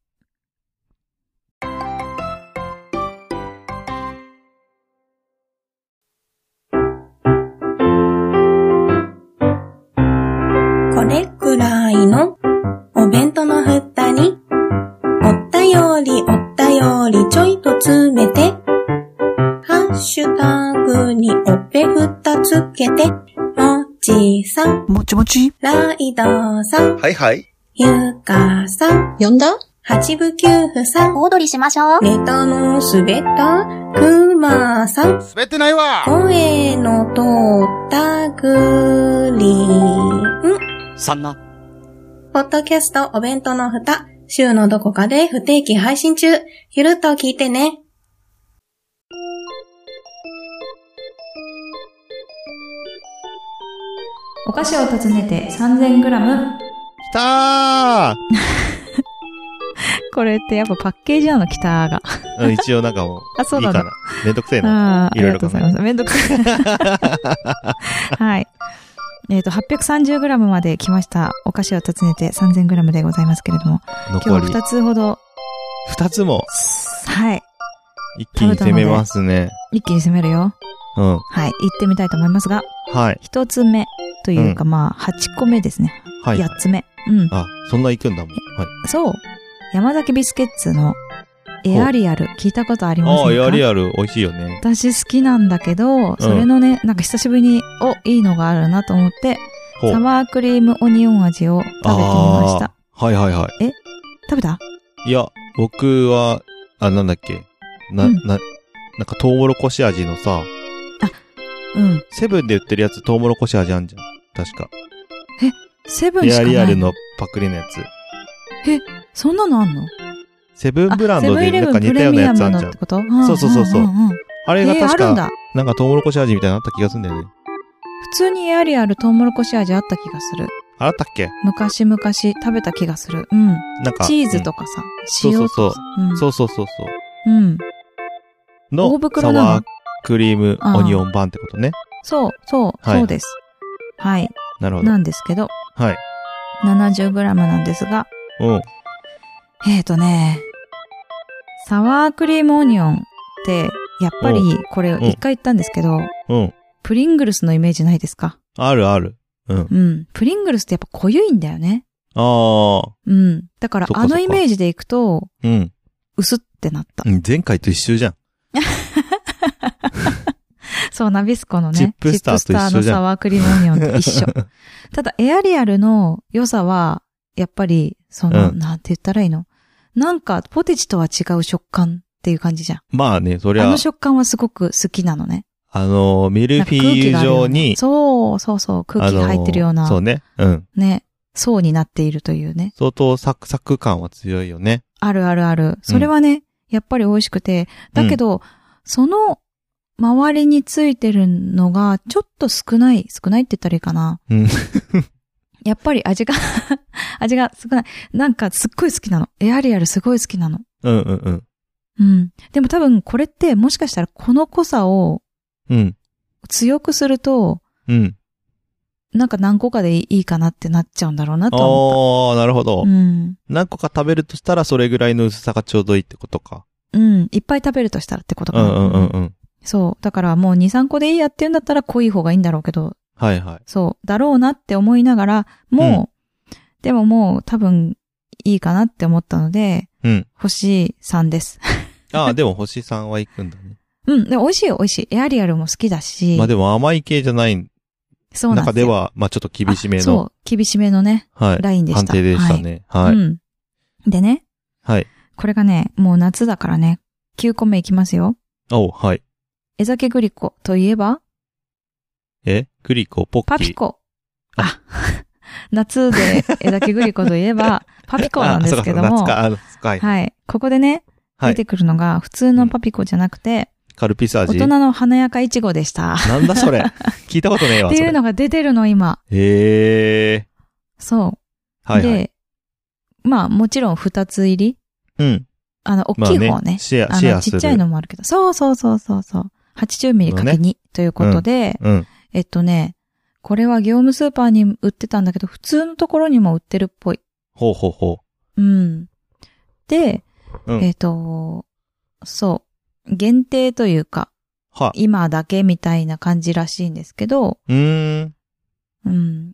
[SPEAKER 5] これくらいのお弁当のふたに、おったよりおったよりちょいと詰めて、ハッシュタグにおべふたつけて、もちさん、
[SPEAKER 6] もちもち
[SPEAKER 5] ライドさん、
[SPEAKER 7] はいはい。
[SPEAKER 5] ゆかさん、
[SPEAKER 8] 呼んだ
[SPEAKER 5] 八部九夫さん、
[SPEAKER 8] 小躍りしましょう。
[SPEAKER 5] ネタのすべた、くまさん、
[SPEAKER 7] 滑ってないわ
[SPEAKER 5] 声のとったぐりん。
[SPEAKER 3] さんな。
[SPEAKER 5] ポッドキャストお弁当の蓋、週のどこかで不定期配信中。ゆるっと聞いてね。
[SPEAKER 2] お菓子を訪ねて 3000g。
[SPEAKER 1] きた
[SPEAKER 2] これってやっぱパッケージなの、北が。
[SPEAKER 1] ー
[SPEAKER 2] (laughs)
[SPEAKER 1] うん一応なんかも、
[SPEAKER 2] あ、そうう
[SPEAKER 1] いいか
[SPEAKER 2] な
[SPEAKER 1] な
[SPEAKER 2] の。。
[SPEAKER 1] めんどくせえな。
[SPEAKER 2] ああ、あ
[SPEAKER 1] い
[SPEAKER 2] り
[SPEAKER 1] ろい
[SPEAKER 2] が
[SPEAKER 1] ろ
[SPEAKER 2] と
[SPEAKER 1] 考
[SPEAKER 2] う
[SPEAKER 1] え
[SPEAKER 2] ございます。めんどくさい。
[SPEAKER 1] (laughs)
[SPEAKER 2] はい。えっ、と、830g まで来ました。お菓子を訪ねて 3000g でございますけれども、今
[SPEAKER 1] 残
[SPEAKER 2] 日
[SPEAKER 1] り
[SPEAKER 2] は2つほど、
[SPEAKER 1] 二つも
[SPEAKER 2] はい。
[SPEAKER 1] 一気に攻めますね。
[SPEAKER 2] 一気に攻めるよ。
[SPEAKER 1] うん。
[SPEAKER 2] はい。行ってみたいと思いますが、
[SPEAKER 1] はい。
[SPEAKER 2] 一つ目というか、まあ、8個目ですね。
[SPEAKER 1] はい。
[SPEAKER 2] 八つ目。うん。
[SPEAKER 1] あ、そんな行くんだもん。はい。
[SPEAKER 2] そう。山崎ビスケッツのエアリアル、聞いたことありません
[SPEAKER 1] あ
[SPEAKER 2] か
[SPEAKER 1] あ、エアリアル、美味しいよね。
[SPEAKER 2] 私好きなんだけど、それのね、なんか久しぶりに、お、いいのがあるなと思って、
[SPEAKER 1] ほう
[SPEAKER 2] サワークリームオニオン味を食べてみました。
[SPEAKER 1] あーはいはいは
[SPEAKER 2] 食べた
[SPEAKER 1] い。いや、僕は、あ、なんだっけ。な、
[SPEAKER 2] うん
[SPEAKER 1] な、なんかトウモロコシ味のさ、
[SPEAKER 2] うん。
[SPEAKER 1] セブンで売ってるやつトウモロコシ味あんじゃん。確か。
[SPEAKER 2] セブンし
[SPEAKER 1] エ
[SPEAKER 2] か
[SPEAKER 1] ア
[SPEAKER 2] ない。
[SPEAKER 1] リアルのパクリのやつ。
[SPEAKER 2] そんなのあんの
[SPEAKER 1] セブンブランド
[SPEAKER 2] あ
[SPEAKER 1] で
[SPEAKER 2] セブイレ
[SPEAKER 1] なん
[SPEAKER 2] ブ
[SPEAKER 1] か
[SPEAKER 2] ン
[SPEAKER 1] 似
[SPEAKER 2] プ
[SPEAKER 1] た
[SPEAKER 2] レ
[SPEAKER 1] ような
[SPEAKER 2] ミ
[SPEAKER 1] や
[SPEAKER 2] ア
[SPEAKER 1] つあ
[SPEAKER 2] ム
[SPEAKER 1] ん
[SPEAKER 2] のっ
[SPEAKER 1] じゃん
[SPEAKER 2] て。こと
[SPEAKER 1] そうそうそうそうん
[SPEAKER 2] んんん
[SPEAKER 1] あ
[SPEAKER 2] え
[SPEAKER 1] れが
[SPEAKER 2] ー、あ
[SPEAKER 1] 確
[SPEAKER 2] るん
[SPEAKER 1] か、
[SPEAKER 2] だ。
[SPEAKER 1] なんかトウモロコシ味みたいなのあった気がするんだよね。
[SPEAKER 2] 普通にエアリアルトウモロコシ味あった気がする。
[SPEAKER 1] あったっけ
[SPEAKER 2] 昔々食べた気がする。うん。
[SPEAKER 1] なんか。
[SPEAKER 2] チーズ
[SPEAKER 1] うん
[SPEAKER 2] とかさ、
[SPEAKER 1] うん
[SPEAKER 2] 塩とかさ。うん
[SPEAKER 1] そうそうそうそう。
[SPEAKER 2] うん。
[SPEAKER 1] の
[SPEAKER 2] 大袋
[SPEAKER 1] サ
[SPEAKER 2] なの
[SPEAKER 1] ワークリーム
[SPEAKER 2] あー
[SPEAKER 1] オニオン版ってことね。
[SPEAKER 2] そう、そう、
[SPEAKER 1] はい
[SPEAKER 2] そうです。はい。
[SPEAKER 1] なるほど
[SPEAKER 2] な。んですけど、
[SPEAKER 1] はい。
[SPEAKER 2] 70g なんですが、
[SPEAKER 1] うん。
[SPEAKER 2] えーとね、サワークリームオニオンって、やっぱり
[SPEAKER 1] う
[SPEAKER 2] これ
[SPEAKER 1] ん
[SPEAKER 2] 一回言ったんですけど、
[SPEAKER 1] うん。
[SPEAKER 2] プリングルスのイメージないですか
[SPEAKER 1] あるある。うん。
[SPEAKER 2] うん。プリングルスってやっぱ濃ゆいんだよね。
[SPEAKER 1] ああ。
[SPEAKER 2] うん。だから
[SPEAKER 1] そっかそ
[SPEAKER 2] あ
[SPEAKER 1] っか
[SPEAKER 2] のイメージでいくと、
[SPEAKER 1] うん。
[SPEAKER 2] 薄ってなった
[SPEAKER 1] う。ん前回と一緒じゃん。
[SPEAKER 2] そう、ナビスコのね。
[SPEAKER 1] チップスターと一緒じゃん
[SPEAKER 2] チップスターのサワークリームオニオンと一緒。ただ、エアリアルの良さは、やっぱり、その、
[SPEAKER 1] う
[SPEAKER 2] なんて言ったらいいのなんか、ポテチとは違う食感っていう感じじゃん。
[SPEAKER 1] (laughs) まあね、そり
[SPEAKER 2] あ
[SPEAKER 1] ゃ
[SPEAKER 2] の、食感はすごく好きなのね。
[SPEAKER 1] あのー、ミル
[SPEAKER 2] なん
[SPEAKER 1] フ
[SPEAKER 2] か
[SPEAKER 1] ィ
[SPEAKER 2] 空
[SPEAKER 1] ー
[SPEAKER 2] 気
[SPEAKER 1] ユ
[SPEAKER 2] があるよう
[SPEAKER 1] 状
[SPEAKER 2] な
[SPEAKER 1] に、
[SPEAKER 2] そう、そうそう、空気が入ってるよう
[SPEAKER 1] あのー
[SPEAKER 2] な、
[SPEAKER 1] そうね。うん。
[SPEAKER 2] ね、層になっているというね。
[SPEAKER 1] 相当サクサク感は強いよね。
[SPEAKER 2] あるあるある。それはね、やっぱり美味しくて、だけど、その、周りについてるのが、ちょっと少ない、少ないって言ったらいいかな。
[SPEAKER 1] うん。
[SPEAKER 2] (laughs) やっぱり味が、 (laughs) 味が少ない。なんかすっごい好きなの。エアリアルすごい好きなの。
[SPEAKER 1] うんうんうん。
[SPEAKER 2] うん。でも多分これってもしかしたらこの濃さを
[SPEAKER 1] うん。
[SPEAKER 2] 強くすると、
[SPEAKER 1] うん。
[SPEAKER 2] なんか何個かでいいかなってなっちゃうんだろうなとは思っ
[SPEAKER 1] ああ、なるほ
[SPEAKER 2] た。
[SPEAKER 1] ど
[SPEAKER 2] う。ん。
[SPEAKER 1] 何個か食べるとしたらそれぐらいの薄さがちょうどいいってことか。
[SPEAKER 2] うん。いっぱい食べるとしたらってこと
[SPEAKER 1] う
[SPEAKER 2] かな。
[SPEAKER 1] んうんうんうん。
[SPEAKER 2] そう。だからもう2、3個でいいやって言うんだったら濃い方がいいんだろうけど、
[SPEAKER 1] はいはい。
[SPEAKER 2] そう。だろうなって思いながら、もう、でももう多分いいかなって思ったので、
[SPEAKER 1] うん。
[SPEAKER 2] 星3です。 (laughs)
[SPEAKER 1] ああ、でも星さんは行くんだね。
[SPEAKER 2] うん。でも美味しいよ、美味しい。エアリアルも好きだし。
[SPEAKER 1] まあでも甘い系じゃない
[SPEAKER 2] そうなん
[SPEAKER 1] 中
[SPEAKER 2] す
[SPEAKER 1] で
[SPEAKER 2] よ
[SPEAKER 1] は、まあちょっと厳しめ
[SPEAKER 2] あ
[SPEAKER 1] の、
[SPEAKER 2] そう、厳しめのね、
[SPEAKER 1] はい。
[SPEAKER 2] ラインでした。
[SPEAKER 1] 判定でしたね。
[SPEAKER 2] は。
[SPEAKER 1] はいい。
[SPEAKER 2] うん。でね、
[SPEAKER 1] はい。
[SPEAKER 2] これがね、もう夏だからね、9個目いきますよ。
[SPEAKER 1] おうはい。
[SPEAKER 2] 江酒グリコといえば、
[SPEAKER 1] えグリコ、ポッキー。
[SPEAKER 2] パピコ。あ、 (laughs) 夏で江酒グリコとい
[SPEAKER 1] (laughs)
[SPEAKER 2] えば、パピコなんですけど
[SPEAKER 1] あ
[SPEAKER 2] も
[SPEAKER 1] そう、かそうか夏か、あはい。
[SPEAKER 2] はい。ここでね、
[SPEAKER 1] は
[SPEAKER 2] 出
[SPEAKER 1] い。
[SPEAKER 2] てくるのが、普通のパピコじゃなくて、
[SPEAKER 1] カルピス
[SPEAKER 2] 大
[SPEAKER 1] 味。
[SPEAKER 2] 人
[SPEAKER 1] な
[SPEAKER 2] の華やかいちごでした。
[SPEAKER 1] んだ
[SPEAKER 2] (laughs)
[SPEAKER 1] それ。聞いたことねえ
[SPEAKER 2] っ
[SPEAKER 1] わ。
[SPEAKER 2] て
[SPEAKER 1] そ
[SPEAKER 2] い
[SPEAKER 1] れ
[SPEAKER 2] うのが出てるの、今。
[SPEAKER 1] へえ。
[SPEAKER 2] そう。
[SPEAKER 1] はいはい。
[SPEAKER 2] で、まあ、もちろん2つ入り。
[SPEAKER 1] うん。
[SPEAKER 2] あの、大
[SPEAKER 1] まあ
[SPEAKER 2] きい方ね
[SPEAKER 1] ね。。シェア、
[SPEAKER 2] あ
[SPEAKER 1] シェ
[SPEAKER 2] の、
[SPEAKER 1] アす
[SPEAKER 2] ち
[SPEAKER 1] る。
[SPEAKER 2] っちゃいのもあるけど。そうそうそうそうそう。80ミリかけ2ということで、
[SPEAKER 1] うん。
[SPEAKER 2] えっとね、これは業務スーパーに売ってたんだけど、普通のところにも売ってるっぽい。
[SPEAKER 1] ほうほうほ
[SPEAKER 2] うん。で、
[SPEAKER 1] う。うん。
[SPEAKER 2] えっと、そう。限定というか、
[SPEAKER 1] は。
[SPEAKER 2] 今だけみたいな感じらしいんですけど、
[SPEAKER 1] うーん。
[SPEAKER 2] うん。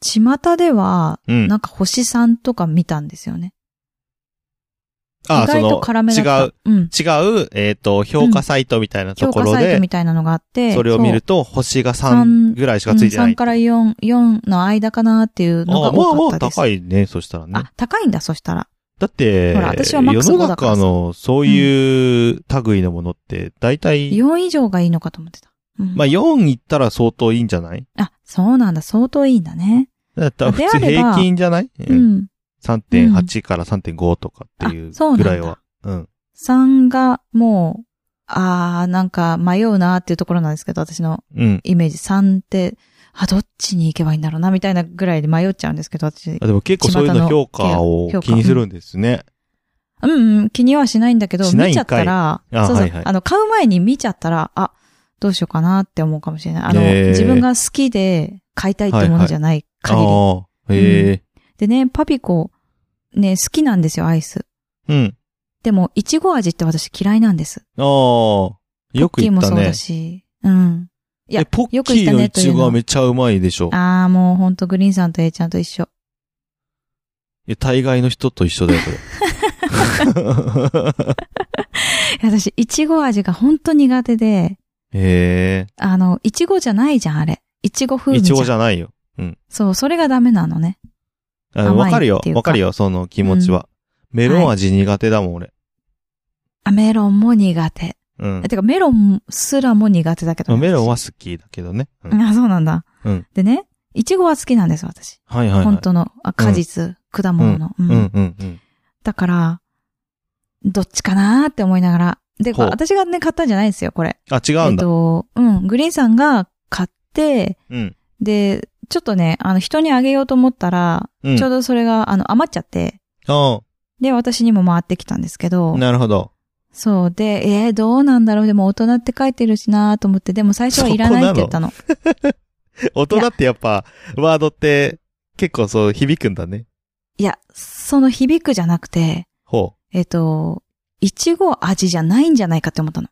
[SPEAKER 2] 巷では、
[SPEAKER 1] うん
[SPEAKER 2] なんか星さんとか見たんですよね。
[SPEAKER 1] あ
[SPEAKER 2] 意
[SPEAKER 1] そ
[SPEAKER 2] 外
[SPEAKER 1] の
[SPEAKER 2] と辛めだった。
[SPEAKER 1] 違う。
[SPEAKER 2] うん。
[SPEAKER 1] 違う、えっ、と、評価サイトみたいなと
[SPEAKER 2] 評
[SPEAKER 1] こ
[SPEAKER 2] 価
[SPEAKER 1] ろ
[SPEAKER 2] サイ
[SPEAKER 1] で
[SPEAKER 2] トみ、たいなのがあって、
[SPEAKER 1] それを見ると、星が3ぐらいしかついてな
[SPEAKER 2] うん
[SPEAKER 1] い。
[SPEAKER 2] 3から4、4の間かなっていうの
[SPEAKER 1] あ
[SPEAKER 2] が
[SPEAKER 1] あ、まあま
[SPEAKER 2] 多か
[SPEAKER 1] あ
[SPEAKER 2] ったです。
[SPEAKER 1] 高いね、そしたらね。
[SPEAKER 2] あ、高いんだ、そしたら。
[SPEAKER 1] だって、
[SPEAKER 2] ほら私はマックス
[SPEAKER 1] 世
[SPEAKER 2] 5
[SPEAKER 1] の
[SPEAKER 2] だから
[SPEAKER 1] 中
[SPEAKER 2] さ
[SPEAKER 1] のそういう類のものって、大体、
[SPEAKER 2] 4以上がいいのかと思ってた。うん、
[SPEAKER 1] まあ4いったら相当いいんじゃない
[SPEAKER 2] あ、そうなんだ、相当いいんだね。
[SPEAKER 1] だったら
[SPEAKER 2] で
[SPEAKER 1] 普
[SPEAKER 2] あ
[SPEAKER 1] 通
[SPEAKER 2] れば
[SPEAKER 1] 平均じゃない、う、
[SPEAKER 2] うんん。
[SPEAKER 1] ?3.8 から3.5とかっていう
[SPEAKER 2] あそうなん
[SPEAKER 1] ぐ
[SPEAKER 2] だ
[SPEAKER 1] らいは。うん
[SPEAKER 2] 3がもう、あー、なんか迷うなーっていうところなんですけど、私の
[SPEAKER 1] うん。
[SPEAKER 2] イメージ3って、あ、どっちに行けばいいんだろうな、みたいなぐらいで迷っちゃうんですけど、私
[SPEAKER 1] あ。でも結構そういう
[SPEAKER 2] 巷
[SPEAKER 1] の
[SPEAKER 2] の
[SPEAKER 1] 評価を
[SPEAKER 2] 評価
[SPEAKER 1] 気にするんですね。
[SPEAKER 2] うん、うん、気にはしないんだけど、
[SPEAKER 1] しない
[SPEAKER 2] 見
[SPEAKER 1] ん
[SPEAKER 2] ち
[SPEAKER 1] か
[SPEAKER 2] ゃ
[SPEAKER 1] い
[SPEAKER 2] ったら、
[SPEAKER 1] あ
[SPEAKER 2] そうそう、
[SPEAKER 1] はいはい
[SPEAKER 2] あの、買う前に見ちゃったら、あ、どうしようかなって思うかもしれない。あの、
[SPEAKER 1] へー
[SPEAKER 2] 自分が好きで買いたいってものじゃない
[SPEAKER 1] あ
[SPEAKER 2] 限り。
[SPEAKER 1] あ、へえ。
[SPEAKER 2] でね、パピコ、ね、好きなんですよ、アイス。
[SPEAKER 1] うん。
[SPEAKER 2] でも、いちご味って私嫌いなんです。
[SPEAKER 1] ああ、よく
[SPEAKER 2] ポッキー
[SPEAKER 1] 言っ
[SPEAKER 2] も
[SPEAKER 1] た
[SPEAKER 2] そう
[SPEAKER 1] ね
[SPEAKER 2] だ。し。うん。いや
[SPEAKER 1] え、ポッ
[SPEAKER 2] よく
[SPEAKER 1] キー
[SPEAKER 2] 言った
[SPEAKER 1] の
[SPEAKER 2] ね
[SPEAKER 1] イ
[SPEAKER 2] という
[SPEAKER 1] チ
[SPEAKER 2] の
[SPEAKER 1] ゴはめっちゃうまいでしょ。
[SPEAKER 2] あー、もうほんとグリーンさんと A ちゃんと一緒。
[SPEAKER 1] いや、大概の人と一緒だよ、これ。
[SPEAKER 2] (laughs) いや私、いちご味が本当苦手で、
[SPEAKER 1] へ
[SPEAKER 2] あの、いちごじゃないじゃん、あれ。いちご風
[SPEAKER 1] え。
[SPEAKER 2] 味
[SPEAKER 1] いちごじ
[SPEAKER 2] ゃん。
[SPEAKER 1] ゃないよ。
[SPEAKER 2] そう、それがダメなのね。
[SPEAKER 1] あ
[SPEAKER 2] 甘い
[SPEAKER 1] わかるよ
[SPEAKER 2] っ。ていうか
[SPEAKER 1] わかるよ、その気持ちは。メロン味苦手だもん、俺。
[SPEAKER 2] あ、メロンも苦手。
[SPEAKER 1] うん
[SPEAKER 2] え。てか、メロンすらも苦手だけどね、
[SPEAKER 1] メロンは好きだけどね。うん
[SPEAKER 2] あ、そうなんだ。
[SPEAKER 1] うん
[SPEAKER 2] でね、いちごは好きなんです、私。
[SPEAKER 1] はいはいはい。
[SPEAKER 2] 本当の、あ果実、果物の、
[SPEAKER 1] うん
[SPEAKER 2] う
[SPEAKER 1] うんんうん。
[SPEAKER 2] だから、どっちかなーって思いながら。で、
[SPEAKER 1] ほう
[SPEAKER 2] 私がね、買ったんじゃないんですよ、これ。
[SPEAKER 1] あ、違うん
[SPEAKER 2] えっ
[SPEAKER 1] だ。
[SPEAKER 2] と、うん、グリーンさんが買って、
[SPEAKER 1] うん。
[SPEAKER 2] で、ちょっとね、あの、人にあげようと思ったら、
[SPEAKER 1] うん
[SPEAKER 2] ちょうどそれが、あの、余っちゃって、
[SPEAKER 1] あ
[SPEAKER 2] で、私にも回ってきたんですけ
[SPEAKER 1] あ
[SPEAKER 2] ど、
[SPEAKER 1] なるほど。
[SPEAKER 2] そう、で、えー、どうなんだろう、でも大人って書いてるしなーと思って、でも最初はいらないって言ったの。
[SPEAKER 1] 大人ってやっぱ、ワードって、結構そう、響くんだね。
[SPEAKER 2] いや、その響くじゃなくて、
[SPEAKER 1] ほ
[SPEAKER 2] えっと、いちご味じゃないんじゃないかって思ったの。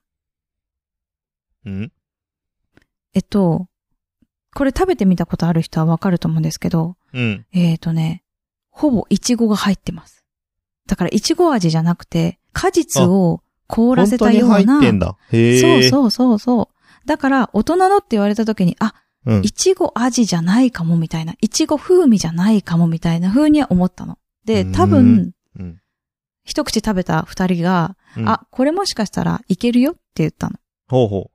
[SPEAKER 1] う。うん
[SPEAKER 2] えっと、これ食べてみたことある人はわかると思うんですけど、
[SPEAKER 1] うん。
[SPEAKER 2] えっ、とね、ほぼいちごが入ってます。だからいちご味じゃなくて、果実を凍ら
[SPEAKER 1] 本
[SPEAKER 2] せ
[SPEAKER 1] 当
[SPEAKER 2] た
[SPEAKER 1] に
[SPEAKER 2] ような。
[SPEAKER 1] 入ってんだ。へえ。
[SPEAKER 2] そうそうそうそう。だから、大人のって言われた時に、あ、
[SPEAKER 1] うん。
[SPEAKER 2] いちご味じゃないかもみたいな、いちご風味じゃないかもみたいな風には思ったの。で、多
[SPEAKER 1] う
[SPEAKER 2] 分、
[SPEAKER 1] うん。
[SPEAKER 2] 一口食べた二人が、
[SPEAKER 1] うん、
[SPEAKER 2] あ、これもしかしたらいけるよって言ったの。
[SPEAKER 1] ほうほ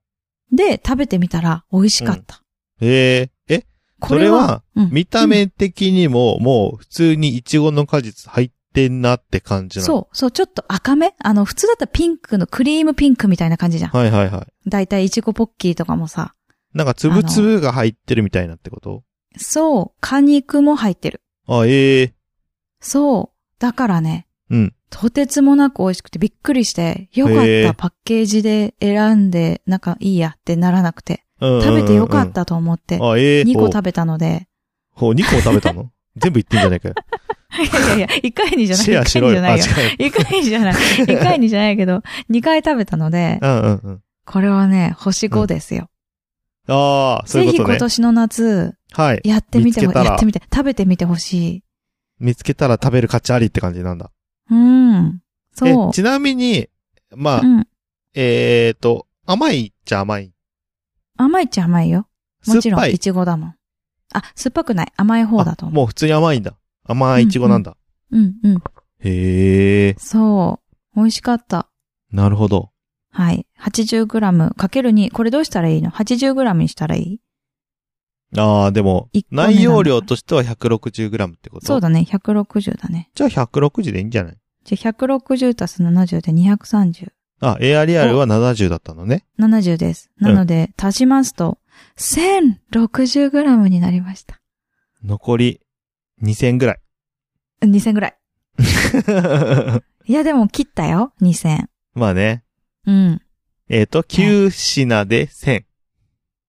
[SPEAKER 2] で、食べてみたら美味しかった。
[SPEAKER 1] う。へえ。え、
[SPEAKER 2] こ
[SPEAKER 1] そ
[SPEAKER 2] れ
[SPEAKER 1] れ
[SPEAKER 2] は、
[SPEAKER 1] は、
[SPEAKER 2] うん
[SPEAKER 1] 見た目的にも、もう、普通にイチゴの果実入ってんなって感じなの。
[SPEAKER 2] そう、そう、ちょっと赤めあの、普通だったらピンクの、クリームピンクみたいな感じじゃん。
[SPEAKER 1] はいはいはい。
[SPEAKER 2] だいたいいちごポッキーとかもさ。
[SPEAKER 1] なんか、つぶつぶが入ってるみたいなってこと
[SPEAKER 2] そう、果肉も入ってる。
[SPEAKER 1] あ、ええ。
[SPEAKER 2] そう、だからね、
[SPEAKER 1] うん。
[SPEAKER 2] とてつもなく美味しくてびっくりして、よかっ
[SPEAKER 1] へー
[SPEAKER 2] たパッケージで選んで、なんかいいやってならなくて、食
[SPEAKER 1] 食
[SPEAKER 2] べてよかっ。たと思って、
[SPEAKER 1] あ、ええ。
[SPEAKER 2] 2個
[SPEAKER 1] ほう
[SPEAKER 2] 食べたので、
[SPEAKER 1] ほう、2個も食べた
[SPEAKER 2] (laughs)
[SPEAKER 1] の全部言ってんじゃないかよ。
[SPEAKER 2] いやいやいや、1回にじゃない、
[SPEAKER 1] シェア
[SPEAKER 2] 1
[SPEAKER 1] し
[SPEAKER 2] 回に
[SPEAKER 1] ろ
[SPEAKER 2] じゃ
[SPEAKER 1] よ。
[SPEAKER 2] ない
[SPEAKER 1] あ、
[SPEAKER 2] よ
[SPEAKER 1] 違。う。
[SPEAKER 2] 一回じゃない。
[SPEAKER 1] (laughs)
[SPEAKER 2] 一回にじゃないけど、二回食べたので、
[SPEAKER 1] うんうんうん。
[SPEAKER 2] これはね、星5ですよ。
[SPEAKER 1] ああ、そういう
[SPEAKER 2] ぜひ
[SPEAKER 1] こと
[SPEAKER 2] 今
[SPEAKER 1] ね。
[SPEAKER 2] 年の夏、
[SPEAKER 1] はい。
[SPEAKER 2] やってみて
[SPEAKER 1] 見
[SPEAKER 2] も、
[SPEAKER 1] つけたら
[SPEAKER 2] やってみて、食べてみてほし
[SPEAKER 1] 見つけたら食べる価値ありって感じなんだ。
[SPEAKER 2] い。うん。
[SPEAKER 1] え
[SPEAKER 2] そう。
[SPEAKER 1] ちなみに、まあ、
[SPEAKER 2] うん。
[SPEAKER 1] えーと、甘いっちゃ甘い。
[SPEAKER 2] 甘いっちゃ甘いよ。もち
[SPEAKER 1] 酸っ
[SPEAKER 2] ろ
[SPEAKER 1] ぱ
[SPEAKER 2] ん、
[SPEAKER 1] い
[SPEAKER 2] い。ちごだもん。あ、酸っぱくない。甘い方だと
[SPEAKER 1] あ
[SPEAKER 2] 思
[SPEAKER 1] もう普通に甘いんだ。甘いイチゴなんだ。
[SPEAKER 2] う。うん、うん。
[SPEAKER 1] へえ、
[SPEAKER 2] そう。美味しかった。
[SPEAKER 1] なるほど。
[SPEAKER 2] はい。80g かける2。これどうしたらいいの ?80g にしたらいい
[SPEAKER 1] ああ、でも
[SPEAKER 2] 一、個目なんだ
[SPEAKER 1] 内容量としては 160g ってこと
[SPEAKER 2] そう。だね。160だね。
[SPEAKER 1] じゃあ160でいいんじゃない
[SPEAKER 2] じゃあ、160足す70で230。
[SPEAKER 1] あ、エアリアルは70だったのね。
[SPEAKER 2] 70です。なので、足しますと、1060g になりました。
[SPEAKER 1] 残り2000ぐらい。
[SPEAKER 2] 2000ぐらい。いや、でも切ったよ。2000。
[SPEAKER 1] (laughs) まあね。
[SPEAKER 2] うん。
[SPEAKER 1] えっ、と、9品で1000。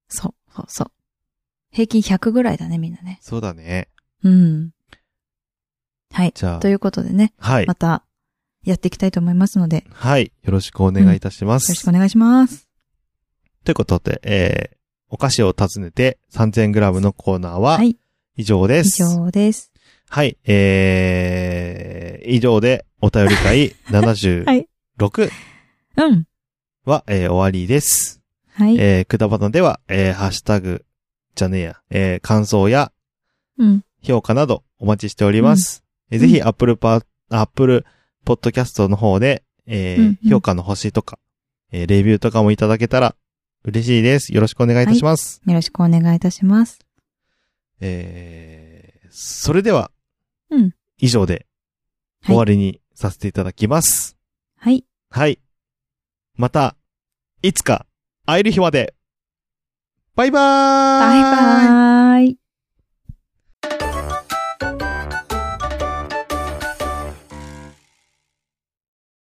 [SPEAKER 2] そう、そう、そう。平均100ぐらいだね、みんなね。
[SPEAKER 1] そうだね。
[SPEAKER 2] うん。はい。
[SPEAKER 1] じゃあ
[SPEAKER 2] ということでね、
[SPEAKER 1] はい。
[SPEAKER 2] また、やっていきたいと思いますので、よ
[SPEAKER 1] はい。よろしくお願いいたしま
[SPEAKER 2] ろ
[SPEAKER 1] す。
[SPEAKER 2] しくお願いします。
[SPEAKER 1] ということで、えー、お菓子を訪ねて 3000g のコーナーは
[SPEAKER 2] はい。
[SPEAKER 1] 以上で
[SPEAKER 2] 以
[SPEAKER 1] す。
[SPEAKER 2] 上です。
[SPEAKER 1] はい、えー、以上でお便り
[SPEAKER 2] (laughs)
[SPEAKER 1] 会
[SPEAKER 2] はい
[SPEAKER 1] 76
[SPEAKER 2] うん。
[SPEAKER 1] は、えー終わりです。
[SPEAKER 2] はい。
[SPEAKER 1] えー、くだばなでは、えー、ハッシュタグ、じゃねえや、えー、感想や
[SPEAKER 2] うん。
[SPEAKER 1] 評価などお待ちしております。えーぜひ、アップルパ、アップルポッドキャストの方で、えー
[SPEAKER 2] うんうん
[SPEAKER 1] 評価の星とか、えーレビューとかもいただけたら嬉しいです。よろしくお願いいたします。
[SPEAKER 2] よろしくお願いいたします。
[SPEAKER 1] えー、それでは、
[SPEAKER 2] うん
[SPEAKER 1] 以上で、
[SPEAKER 2] はい
[SPEAKER 1] 終わりにさせていただきます。
[SPEAKER 2] はい。
[SPEAKER 1] はい。また、いつか、会える日まで、バイバー
[SPEAKER 2] バイバーイ。